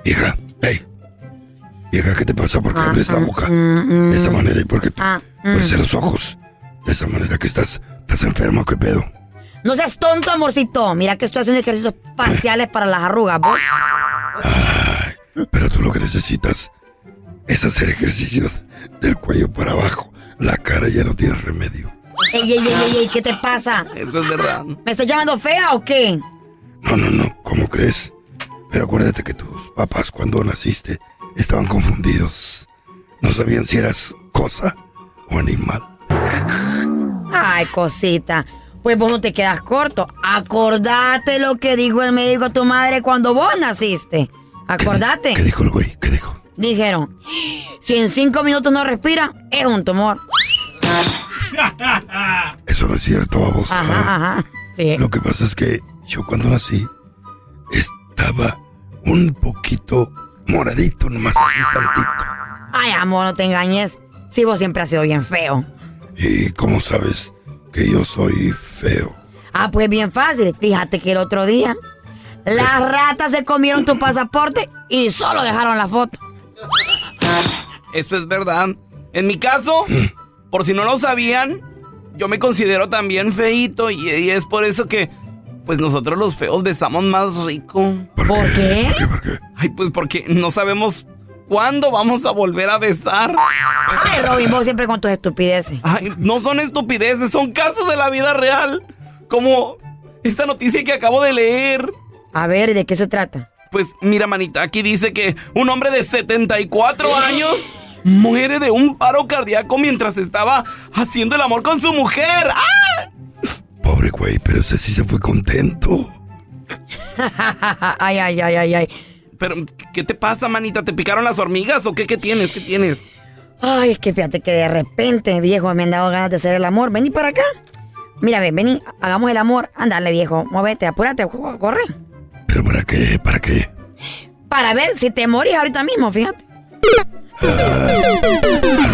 Speaker 10: Vieja, hey. Vieja, ¿qué te pasa? ¿Por qué abres
Speaker 4: Ah,
Speaker 10: la boca de esa manera? ¿Y por qué
Speaker 7: Ah,
Speaker 10: abres los ojos de esa manera? ¿Que estás, estás enfermo o qué pedo?
Speaker 7: No seas tonto, amorcito. Mira que estoy haciendo ejercicios faciales para las arrugas, vos.
Speaker 10: Pero tú lo que necesitas es hacer ejercicios del cuello para abajo. La cara ya no tiene remedio.
Speaker 7: Ey, ey, ey, ey, ey, ¿qué te pasa?
Speaker 4: Eso es verdad.
Speaker 7: ¿Me estás llamando fea o qué?
Speaker 10: No, no, no, ¿cómo crees? Pero acuérdate que tus papás cuando naciste estaban confundidos. No sabían si eras cosa o animal.
Speaker 7: Ay, cosita. Pues vos no te quedas corto. Acordate lo que dijo el médico a tu madre cuando vos naciste. Acordate.
Speaker 10: ¿Qué dijo el güey? ¿Qué dijo?
Speaker 7: Dijeron, si en cinco minutos no respira, es un tumor.
Speaker 10: Eso no es cierto, baboso.
Speaker 7: Ajá, ajá. Sí.
Speaker 10: Lo que pasa es que yo cuando nací estaba un poquito moradito, nomás así tantito.
Speaker 7: Ay, amor, no te engañes. Si vos siempre has sido bien feo.
Speaker 10: ¿Y cómo sabes que yo soy feo?
Speaker 7: Ah, pues bien fácil. Fíjate que el otro día las ratas se comieron tu pasaporte y solo dejaron la foto.
Speaker 4: Eso es verdad. En mi caso, por si no lo sabían, yo me considero también feíto y, y es por eso que, pues nosotros los feos besamos más rico.
Speaker 7: ¿Por, qué?
Speaker 4: Ay, pues porque no sabemos cuándo vamos a volver a besar.
Speaker 7: Ay, Robin, vos siempre con tus estupideces.
Speaker 4: Ay, no son estupideces, son casos de la vida real. Como esta noticia que acabo de leer.
Speaker 7: A ver, ¿de qué se trata?
Speaker 4: Pues mira, manita, aquí dice que un hombre de 74 años muere de un paro cardíaco mientras estaba haciendo el amor con su mujer. ¡Ah!
Speaker 10: Pobre güey, pero ese sí se fue contento.
Speaker 7: ay, ay, ay, ay, ay.
Speaker 4: Pero, ¿qué te pasa, manita? ¿Te picaron las hormigas o qué? ¿Qué tienes? ¿Qué tienes?
Speaker 7: Ay, es que fíjate que de repente, viejo, me han dado ganas de hacer el amor. Vení para acá. Mira, ven, vení, hagamos el amor. Ándale, viejo, muévete, apúrate, co- corre.
Speaker 10: ¿Pero para qué? ¿Para qué?
Speaker 7: Para ver si te morís ahorita mismo, fíjate.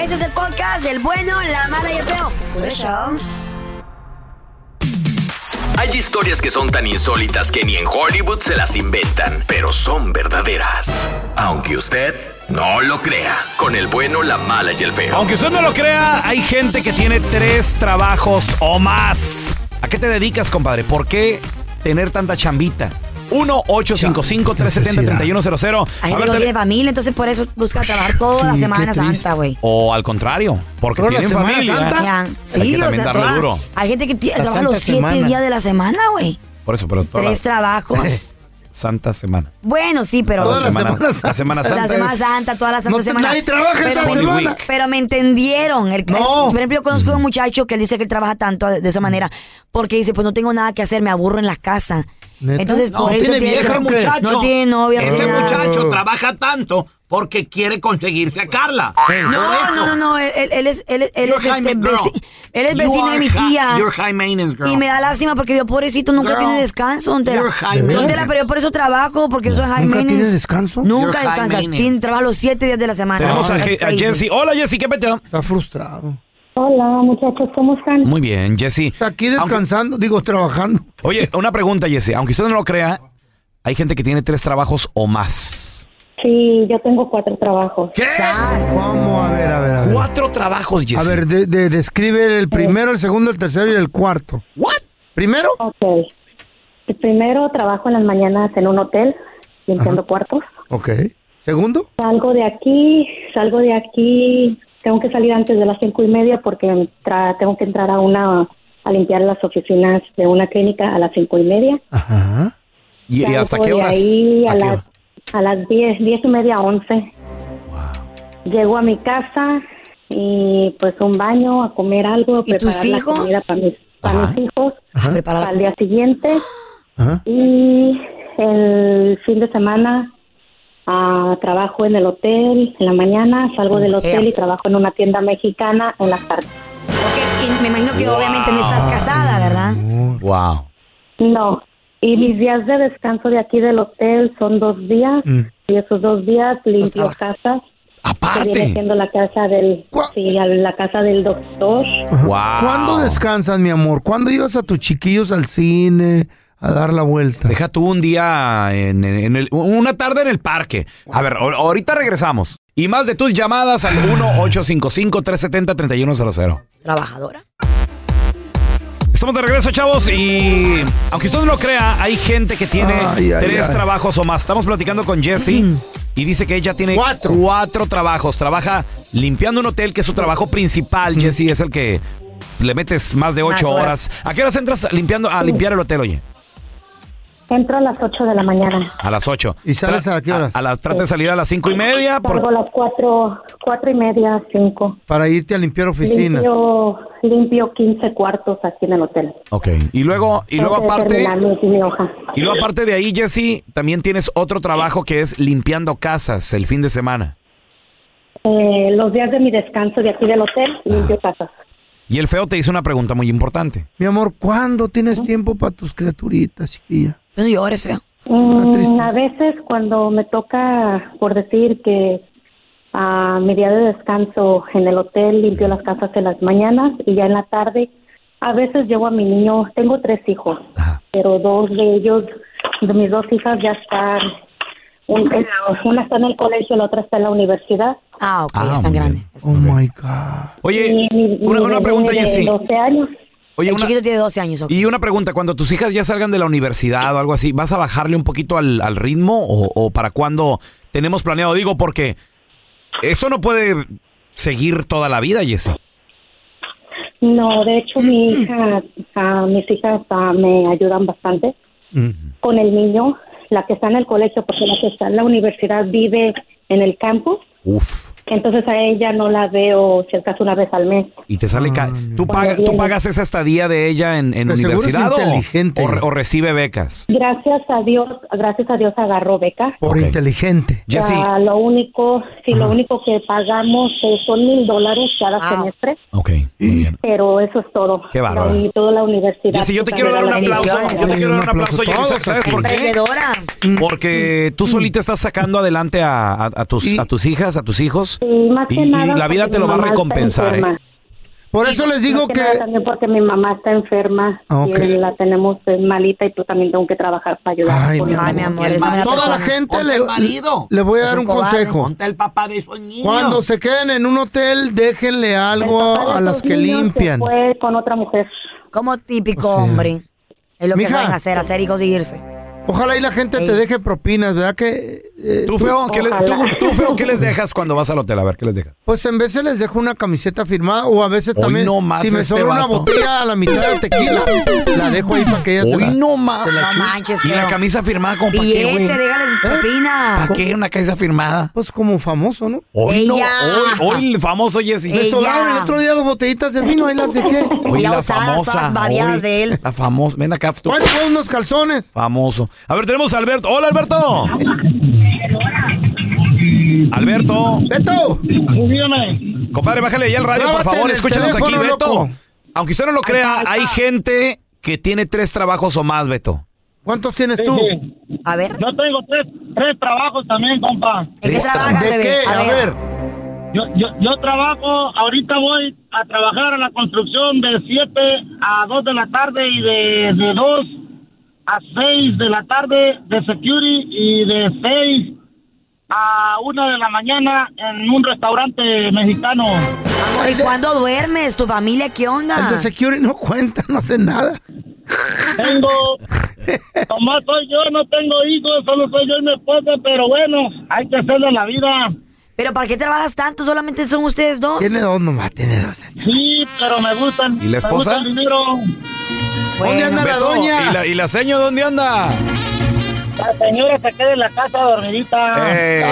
Speaker 7: Este es el podcast del bueno, la mala y el feo. Por eso.
Speaker 3: Hay historias que son tan insólitas que ni en Hollywood se las inventan, pero son verdaderas. Aunque usted no lo crea, con el bueno, la mala y el feo.
Speaker 16: Aunque usted no lo crea, hay gente que tiene tres trabajos o más. ¿A qué te dedicas, compadre? ¿Por qué tener tanta chambita? 1-855-370-3100.
Speaker 7: Ay,
Speaker 16: A ver,
Speaker 7: pero
Speaker 16: tele-
Speaker 7: vive familia, entonces por eso busca trabajar toda la
Speaker 16: Sí,
Speaker 7: Semana
Speaker 16: qué triste.
Speaker 7: Santa, güey.
Speaker 16: O al contrario, porque
Speaker 7: Toda la
Speaker 16: tienen
Speaker 7: Semana
Speaker 16: familia.
Speaker 7: Santa. Ya,
Speaker 16: hay
Speaker 7: sí,
Speaker 16: que
Speaker 7: o
Speaker 16: también
Speaker 7: sea,
Speaker 16: darle
Speaker 7: toda-
Speaker 16: duro.
Speaker 7: Hay gente que tie-
Speaker 16: La
Speaker 7: trabaja
Speaker 16: Santa
Speaker 7: los siete
Speaker 16: Semana.
Speaker 7: días de la semana, güey.
Speaker 16: Por eso, pero toda la-
Speaker 7: Tres trabajos.
Speaker 16: Santa semana.
Speaker 7: Bueno, sí, pero.
Speaker 16: Toda la semana, la semana santa.
Speaker 7: La Semana
Speaker 16: es-
Speaker 7: Santa, toda la Santa
Speaker 6: Pues, No te-
Speaker 7: Semana.
Speaker 6: nadie trabaja esa
Speaker 7: pero,
Speaker 16: Holy semana. Week.
Speaker 7: pero me entendieron. El, el- por ejemplo, yo conozco a un muchacho que él dice que él trabaja tanto de esa manera porque dice, pues no tengo nada que hacer, me aburro en la casa.
Speaker 5: ¿Neta?
Speaker 7: Entonces,
Speaker 5: No,
Speaker 7: por eso
Speaker 5: tiene vieja,
Speaker 7: que-
Speaker 5: muchacho.
Speaker 7: No tiene novia. no
Speaker 5: Este
Speaker 7: tiene nada.
Speaker 5: muchacho trabaja tanto porque quiere conseguirse a Carla.
Speaker 7: No, no, no, no, él, él- él es, él, es- él es,
Speaker 5: You're high
Speaker 7: este,
Speaker 5: ma-
Speaker 7: veci-
Speaker 5: girl.
Speaker 7: él es
Speaker 5: You
Speaker 7: vecino de
Speaker 5: are
Speaker 7: mi
Speaker 5: high-
Speaker 7: tía.
Speaker 5: you're high maintenance girl.
Speaker 7: Y me da lástima porque yo, pobrecito, nunca
Speaker 5: Girl,
Speaker 7: tiene descanso. Don Tela.
Speaker 5: you're high
Speaker 7: Don
Speaker 5: maintenance.
Speaker 7: Tela, pero yo por eso trabajo, porque yo soy high
Speaker 6: ¿Nunca tiene
Speaker 7: maintenance.
Speaker 6: descanso? You're
Speaker 7: Nunca
Speaker 6: high
Speaker 7: descansa.
Speaker 6: maintenance.
Speaker 7: Tiene, trabaja los siete días de la semana.
Speaker 16: Tenemos a,
Speaker 7: That's
Speaker 16: Je- a
Speaker 7: crazy.
Speaker 16: Jessy. Hola, Jessy, ¿qué peteo?
Speaker 6: Está frustrado.
Speaker 13: Hola, muchachos, ¿cómo están?
Speaker 16: Muy bien, Jessy.
Speaker 6: Aquí descansando, digo, trabajando.
Speaker 16: Oye, una pregunta, Jessy. Aunque usted no lo crea, hay gente que tiene tres trabajos o más.
Speaker 13: Sí, yo tengo cuatro trabajos.
Speaker 16: ¿Qué?
Speaker 6: Vamos a ver, a ver, a ver.
Speaker 16: Cuatro trabajos, Jessy.
Speaker 6: A ver, de- de- describe el primero, el segundo, el tercero y el cuarto.
Speaker 16: ¿What?
Speaker 6: ¿Primero?
Speaker 13: Ok. Primero trabajo en las mañanas en un hotel limpiando cuartos.
Speaker 6: Ok. ¿Segundo?
Speaker 13: Salgo de aquí, salgo de aquí, tengo que salir antes de las cinco y media porque entra- tengo que entrar a una a limpiar las oficinas de una clínica a las cinco y media.
Speaker 4: ¿Y, y hasta
Speaker 13: Salgo
Speaker 4: qué
Speaker 13: de
Speaker 4: horas?
Speaker 13: ahí a,
Speaker 4: ¿A qué
Speaker 13: las,
Speaker 4: hora?
Speaker 13: a las diez, diez y media, once. Llego a mi casa y pues un baño, a comer algo, preparar
Speaker 7: tus
Speaker 13: la
Speaker 7: hijos?
Speaker 13: comida para mis, para mis hijos
Speaker 7: Ajá. Preparar la
Speaker 13: al día siguiente. Y el fin de semana ah, trabajo en el hotel en la mañana, salgo del hotel y trabajo en una tienda mexicana en las tardes.
Speaker 7: Y me imagino que obviamente no estás casada, ¿verdad?
Speaker 4: Wow.
Speaker 13: No. Y mis días de descanso de aquí del hotel son dos días.
Speaker 4: Mm.
Speaker 13: Y esos dos días limpio casas. Que viene siendo la casa del, sí, la casa del doctor.
Speaker 6: ¿Cuándo descansas, mi amor? ¿Cuándo llevas a tus chiquillos al cine a dar la vuelta?
Speaker 4: Deja tú un día en, en el- una tarde en el parque. A ver, ahor- ahorita regresamos. Y más de tus llamadas al 1-855-370-3100.
Speaker 7: Trabajadora.
Speaker 4: Estamos de regreso, chavos, y aunque usted no lo crea, hay gente que tiene
Speaker 6: Ay, ay,
Speaker 4: tres
Speaker 6: ay. Mm.
Speaker 4: trabajos o más. Estamos platicando con Jesse y dice que ella tiene cuatro. trabajos. Trabaja limpiando un hotel, que es su trabajo principal.
Speaker 6: Mm.
Speaker 4: Jesse es el que le metes más de ocho
Speaker 13: Más
Speaker 4: horas.
Speaker 13: horas.
Speaker 4: ¿A qué horas entras limpiando,
Speaker 6: Uh.
Speaker 4: a limpiar el hotel, oye?
Speaker 13: Entro a las 8 de la mañana.
Speaker 4: A las ocho. ¿Y sales a qué horas? A, las, trata de salir a las cinco y media. por-
Speaker 13: Salgo a las 4, 4 y media, 5.
Speaker 6: Para irte a limpiar oficinas.
Speaker 13: Limpio, limpio 15 cuartos aquí en el hotel.
Speaker 4: Ok. Y luego, y
Speaker 13: Tengo
Speaker 4: luego
Speaker 13: que
Speaker 4: aparte...
Speaker 13: terminar mi- mi hoja.
Speaker 4: Y luego aparte de ahí, Jesse, también tienes otro trabajo que es limpiando casas el fin de semana.
Speaker 13: Eh, los días de mi descanso de aquí del hotel, limpio casas.
Speaker 4: Y el feo te hizo una pregunta muy importante.
Speaker 6: Mi amor, ¿cuándo tienes tiempo para tus criaturitas, chiquilla?
Speaker 7: No llores, feo.
Speaker 13: Mm, a veces cuando me toca, por decir que a mi día de descanso en el hotel limpio las casas en las mañanas y ya en la tarde, a veces llevo a mi niño, tengo tres hijos, pero dos de ellos, de mis dos hijas ya están, un- en la- una está en el colegio, la otra está en la universidad.
Speaker 7: Ah, ok,
Speaker 4: ya están grandes.
Speaker 6: Oh my God.
Speaker 4: Oye, una, una pregunta, Jesse.
Speaker 13: años.
Speaker 4: Oye,
Speaker 7: el
Speaker 4: una-
Speaker 7: chiquito tiene 12 años. ok.
Speaker 4: Y una pregunta, cuando tus hijas ya salgan de la universidad o algo así, ¿vas a bajarle un poquito al, al ritmo o, o para cuándo tenemos planeado? Digo, porque esto no puede seguir toda la vida, Jesse.
Speaker 13: No, de hecho mi
Speaker 4: Mm.
Speaker 13: hija, ah, mis hijas ah, me ayudan bastante. con el niño, la que está en el colegio, porque la que está en la universidad vive en el campus.
Speaker 4: Uf.
Speaker 13: Entonces a ella no la veo si acaso una vez al mes.
Speaker 4: Y te sale... ca- ¿Tú, paga- ¿Tú pagas esa estadía de ella en, en
Speaker 6: Ah, De seguro es
Speaker 4: universidad o-
Speaker 6: inteligente.
Speaker 4: o re- o recibe becas?
Speaker 13: Gracias a Dios, gracias a Dios agarró beca.
Speaker 6: Por inteligente.
Speaker 13: Ya, lo único, sí, lo único que pagamos eh, son mil dólares cada semestre.
Speaker 4: Ok,
Speaker 13: Pero eso es todo.
Speaker 4: Qué bárbaro.
Speaker 13: Y toda la universidad.
Speaker 4: Jessy, yo te quiero dar un aplauso. Yo te quiero dar un aplauso, Jessy. ¿Sabes por qué?
Speaker 7: Emprendedora.
Speaker 4: Porque tú solita estás sacando adelante a, a- a tus, a tus hijas, a tus hijos.
Speaker 13: más que
Speaker 4: y, y
Speaker 13: nada
Speaker 4: la vida
Speaker 13: porque
Speaker 4: te lo
Speaker 13: mi
Speaker 4: va a
Speaker 13: mamá está
Speaker 4: recompensar. ¿eh?
Speaker 13: enferma.
Speaker 6: Por eso les
Speaker 13: digo que... nada, También porque mi mamá está enferma
Speaker 6: Ah, ok.
Speaker 13: y la tenemos eh, malita y tú también tengo que trabajar para ayudar.
Speaker 6: Ay,
Speaker 13: Por
Speaker 6: mi
Speaker 13: eso.
Speaker 6: amor.
Speaker 11: Y el marido.
Speaker 6: Toda la gente
Speaker 11: Ponte
Speaker 6: le,
Speaker 11: el marido.
Speaker 6: le voy a
Speaker 11: Es
Speaker 6: dar un
Speaker 11: cobarde.
Speaker 6: consejo.
Speaker 11: Ponte el papá de esos niños.
Speaker 6: Cuando se queden en un hotel, déjenle algo
Speaker 11: papá de
Speaker 6: a, a las
Speaker 11: esos
Speaker 6: que
Speaker 11: niños se
Speaker 6: limpian.
Speaker 13: Fue con otra mujer.
Speaker 7: Como típico hombre. Es lo que
Speaker 6: Mija.
Speaker 7: saben hacer, hacer hijos y irse.
Speaker 6: Ojalá y la gente te deje propinas, ¿verdad? Que, eh,
Speaker 4: Tú, feo, ¿qué le- tú- tú, feo, ¿qué les dejas cuando vas al hotel? A ver, ¿qué les dejas?
Speaker 6: Pues en veces les dejo una camiseta firmada o a veces
Speaker 4: Hoy
Speaker 6: también
Speaker 4: no más
Speaker 6: si me
Speaker 4: este
Speaker 6: sobra una
Speaker 4: vato.
Speaker 6: botella a la mitad de tequila, la dejo ahí para que ella se
Speaker 4: Hoy
Speaker 6: la...
Speaker 4: no más.
Speaker 6: se la
Speaker 7: No
Speaker 6: chupe.
Speaker 7: manches,
Speaker 4: Y la
Speaker 7: feo.
Speaker 4: camisa firmada, ¿con para qué,
Speaker 7: Billete,
Speaker 4: güey?
Speaker 7: déjales propina.
Speaker 4: ¿Para qué una camisa firmada?
Speaker 6: Pues como famoso, ¿no?
Speaker 4: Hoy no,
Speaker 7: Ella.
Speaker 4: hoy, hoy el famoso Jesse.
Speaker 6: Me sobraron el otro día dos botellitas de vino, ahí las dejé.
Speaker 4: Hoy la
Speaker 6: usadas,
Speaker 4: famosa.
Speaker 6: todas babeadas
Speaker 4: hoy
Speaker 6: de él.
Speaker 4: La famosa. Ven acá, tú.
Speaker 6: ¿Cuántos fueron pues, unos calzones?
Speaker 4: Famoso. A ver, tenemos a Alberto. Hola, Alberto. Alberto.
Speaker 6: Beto.
Speaker 4: Compadre, bájale ya el radio, por
Speaker 6: Grábate en
Speaker 4: favor.
Speaker 6: el
Speaker 4: Escúchanos aquí,
Speaker 6: teléfono,
Speaker 4: Beto.
Speaker 6: loco.
Speaker 4: Aunque usted no lo crea, hay gente que tiene tres trabajos o más, Beto.
Speaker 6: ¿Cuántos tienes tú?
Speaker 7: A ver.
Speaker 14: Yo tengo tres, tres trabajos también, compa.
Speaker 4: ¿En qué trabajas,
Speaker 6: ¿De bebé? qué? A A ver.
Speaker 14: Yo, yo, yo trabajo, ahorita voy a trabajar a la construcción de 7 a 2 de la tarde y de, de 2 a 6 de la tarde de security y de 6 a 1 de la mañana en un restaurante mexicano.
Speaker 7: Amor, ¿y cuándo duermes? ¿Tu familia qué onda?
Speaker 6: El de security no cuenta, no hace nada.
Speaker 14: Tengo Nomás soy yo, no tengo hijos, solo soy yo y mi esposa, pero bueno, hay que hacerle la vida.
Speaker 7: Pero ¿para qué trabajas tanto? Solamente son ustedes dos.
Speaker 6: Tiene dos nomás, tiene dos.
Speaker 14: Sí, pero me gustan.
Speaker 4: ¿Y la esposa?
Speaker 14: Me gusta el dinero.
Speaker 6: ¿Dónde anda la
Speaker 4: Beto,
Speaker 6: doña?
Speaker 4: ¿Y la, y la seño dónde anda?
Speaker 14: La señora se queda en la casa
Speaker 6: Ah.
Speaker 14: dormidita.
Speaker 4: ¡Ey!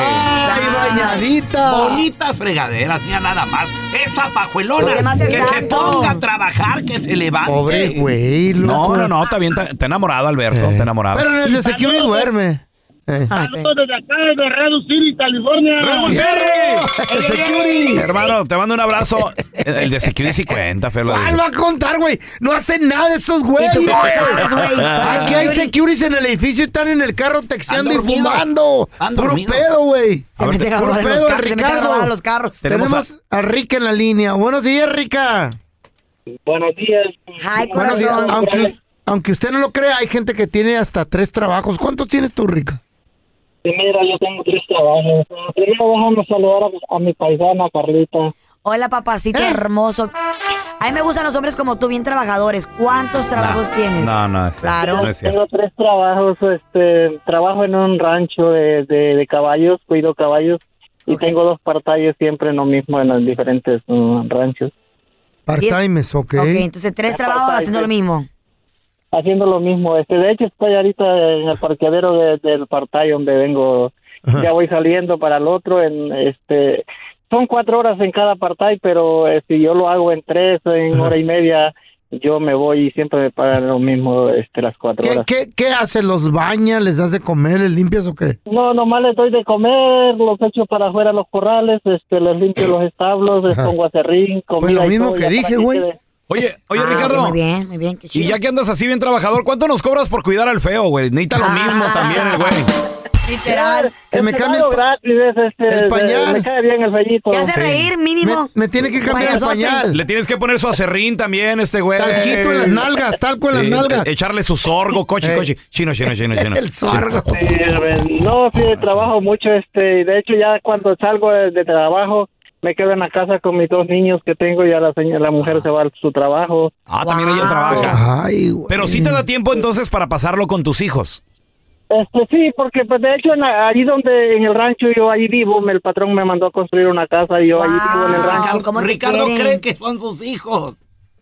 Speaker 6: bañadita!
Speaker 11: Bonitas fregaderas, mira nada más. Esa pajuelona
Speaker 7: mates
Speaker 11: que se
Speaker 7: tanto.
Speaker 11: ponga a trabajar, que se levante.
Speaker 6: Pobre güey,
Speaker 4: No, no, no, está bien, está, está enamorado, Alberto, está enamorado.
Speaker 6: Pero en el de Security duerme. Eh.
Speaker 14: Saludos desde acá, desde Redwood City, California.
Speaker 4: ¡Redwood City! Hermano, te mando un abrazo. El de Security 50, Fer. lo
Speaker 6: ¿Cuál
Speaker 4: dice.
Speaker 6: va a contar, güey? No hacen nada de esos güeyes.
Speaker 7: ¿Y tú cómo sabes, güey?
Speaker 6: Aquí hay securities en el edificio y están en el carro texteando y
Speaker 11: dormido.
Speaker 6: fumando.
Speaker 11: Han
Speaker 6: Puro
Speaker 11: dormido.
Speaker 6: pedo, güey.
Speaker 7: Se meten a
Speaker 6: Puro
Speaker 7: robar en los
Speaker 6: pedo,
Speaker 7: carros. Se meten a
Speaker 6: Ricardo.
Speaker 7: robar a los carros.
Speaker 6: Tenemos a... a Rica en la línea. Buenos días, Rica.
Speaker 14: Buenos días.
Speaker 7: Ay,
Speaker 6: Buenos días.
Speaker 7: corazón.
Speaker 6: Aunque, aunque usted no lo crea, hay gente que tiene hasta tres trabajos. ¿Cuántos tienes tú, Rica?
Speaker 14: Mira, yo tengo tres trabajos. Primero déjame saludar a, a mi paisana, Carlita.
Speaker 7: Hola, papacito
Speaker 6: Eh.
Speaker 7: hermoso. A mí me gustan los hombres como tú, bien trabajadores. ¿Cuántos trabajos tienes?
Speaker 4: No, no, es cierto,
Speaker 7: Claro.
Speaker 4: no es cierto.
Speaker 14: Tengo tres trabajos. Este, trabajo en un rancho de, de, de caballos, cuido caballos. Y
Speaker 7: Ok.
Speaker 14: tengo dos partalles siempre en lo mismo en los diferentes mm, ranchos.
Speaker 6: Part-timers, ok.
Speaker 7: Ok, entonces tres trabajos haciendo lo mismo.
Speaker 14: Haciendo lo mismo. Este, de hecho, estoy ahorita en el parqueadero de- del partal donde vengo. Ya voy saliendo para el otro. En, este, son cuatro horas en cada partal, pero eh, si yo lo hago en tres, en hora y media, yo me voy y siempre me pagan lo mismo este, las cuatro
Speaker 6: ¿Qué,
Speaker 14: horas.
Speaker 6: qué, qué haces? ¿Los bañas? ¿Les das de comer? ¿Les limpias o qué?
Speaker 14: No, nomás les doy de comer, los echo para afuera los corrales, este, les limpio los establos, les pongo acerrín, comida
Speaker 6: Pues lo
Speaker 14: y
Speaker 6: mismo
Speaker 14: todo,
Speaker 6: que
Speaker 14: ya para
Speaker 6: dije, güey.
Speaker 14: quede-
Speaker 4: Oye, oye,
Speaker 7: Ah,
Speaker 4: Ricardo.
Speaker 7: Muy bien, muy bien, qué
Speaker 4: Y
Speaker 7: chido.
Speaker 4: ya que andas así bien trabajador, ¿cuánto nos cobras por cuidar al feo, güey? Necesita lo mismo
Speaker 7: Ah.
Speaker 4: también el güey.
Speaker 7: Literal.
Speaker 6: Que me
Speaker 14: Este
Speaker 6: cambie
Speaker 14: lado
Speaker 6: el pa-
Speaker 14: gratis, es, este,
Speaker 6: el
Speaker 14: de-
Speaker 6: pañal.
Speaker 14: Me cae bien el fellito.
Speaker 7: Te hace reír, mínimo.
Speaker 6: Me, me tiene que cambiar el
Speaker 7: Payasote.
Speaker 6: pañal.
Speaker 4: Le tienes que poner su acerrín también, este güey.
Speaker 6: Talquito en las nalgas, talco en
Speaker 4: Sí,
Speaker 6: las nalgas.
Speaker 4: e- Echarle su sorgo, coche,
Speaker 6: Eh.
Speaker 4: coche. Chino, chino, chino, chino.
Speaker 6: El zorro.
Speaker 14: Sí, Eh, a ver, no, sí, trabajo mucho, este, y de hecho ya cuando salgo de, de trabajo, me quedo en la casa con mis dos niños que tengo, ya la señora, la mujer se va a su trabajo.
Speaker 4: Ah, también ella
Speaker 7: Wow.
Speaker 4: trabaja.
Speaker 6: Ay, güey.
Speaker 4: Pero sí te da tiempo entonces para pasarlo con tus hijos.
Speaker 14: Este, sí, porque pues de hecho en la- allí donde en el rancho yo ahí vivo, me- el patrón me mandó a construir una casa y yo ahí vivo en el
Speaker 7: Wow.
Speaker 14: rancho.
Speaker 11: Ricardo,
Speaker 7: ¿cómo te
Speaker 11: Ricardo
Speaker 7: quieren?
Speaker 11: cree que son sus hijos.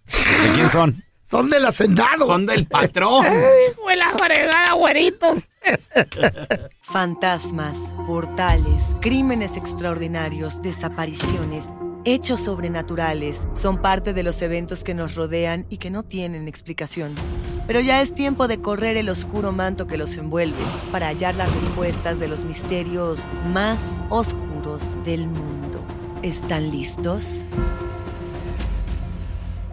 Speaker 4: ¿De quién son?
Speaker 6: Son del hacendado.
Speaker 11: Son del patrón.
Speaker 16: Fantasmas, portales, crímenes extraordinarios, desapariciones, hechos sobrenaturales son parte de los eventos que nos rodean y que no tienen explicación. Pero ya es tiempo de correr el oscuro manto que los envuelve para hallar las respuestas de los misterios más oscuros del mundo. ¿Están listos?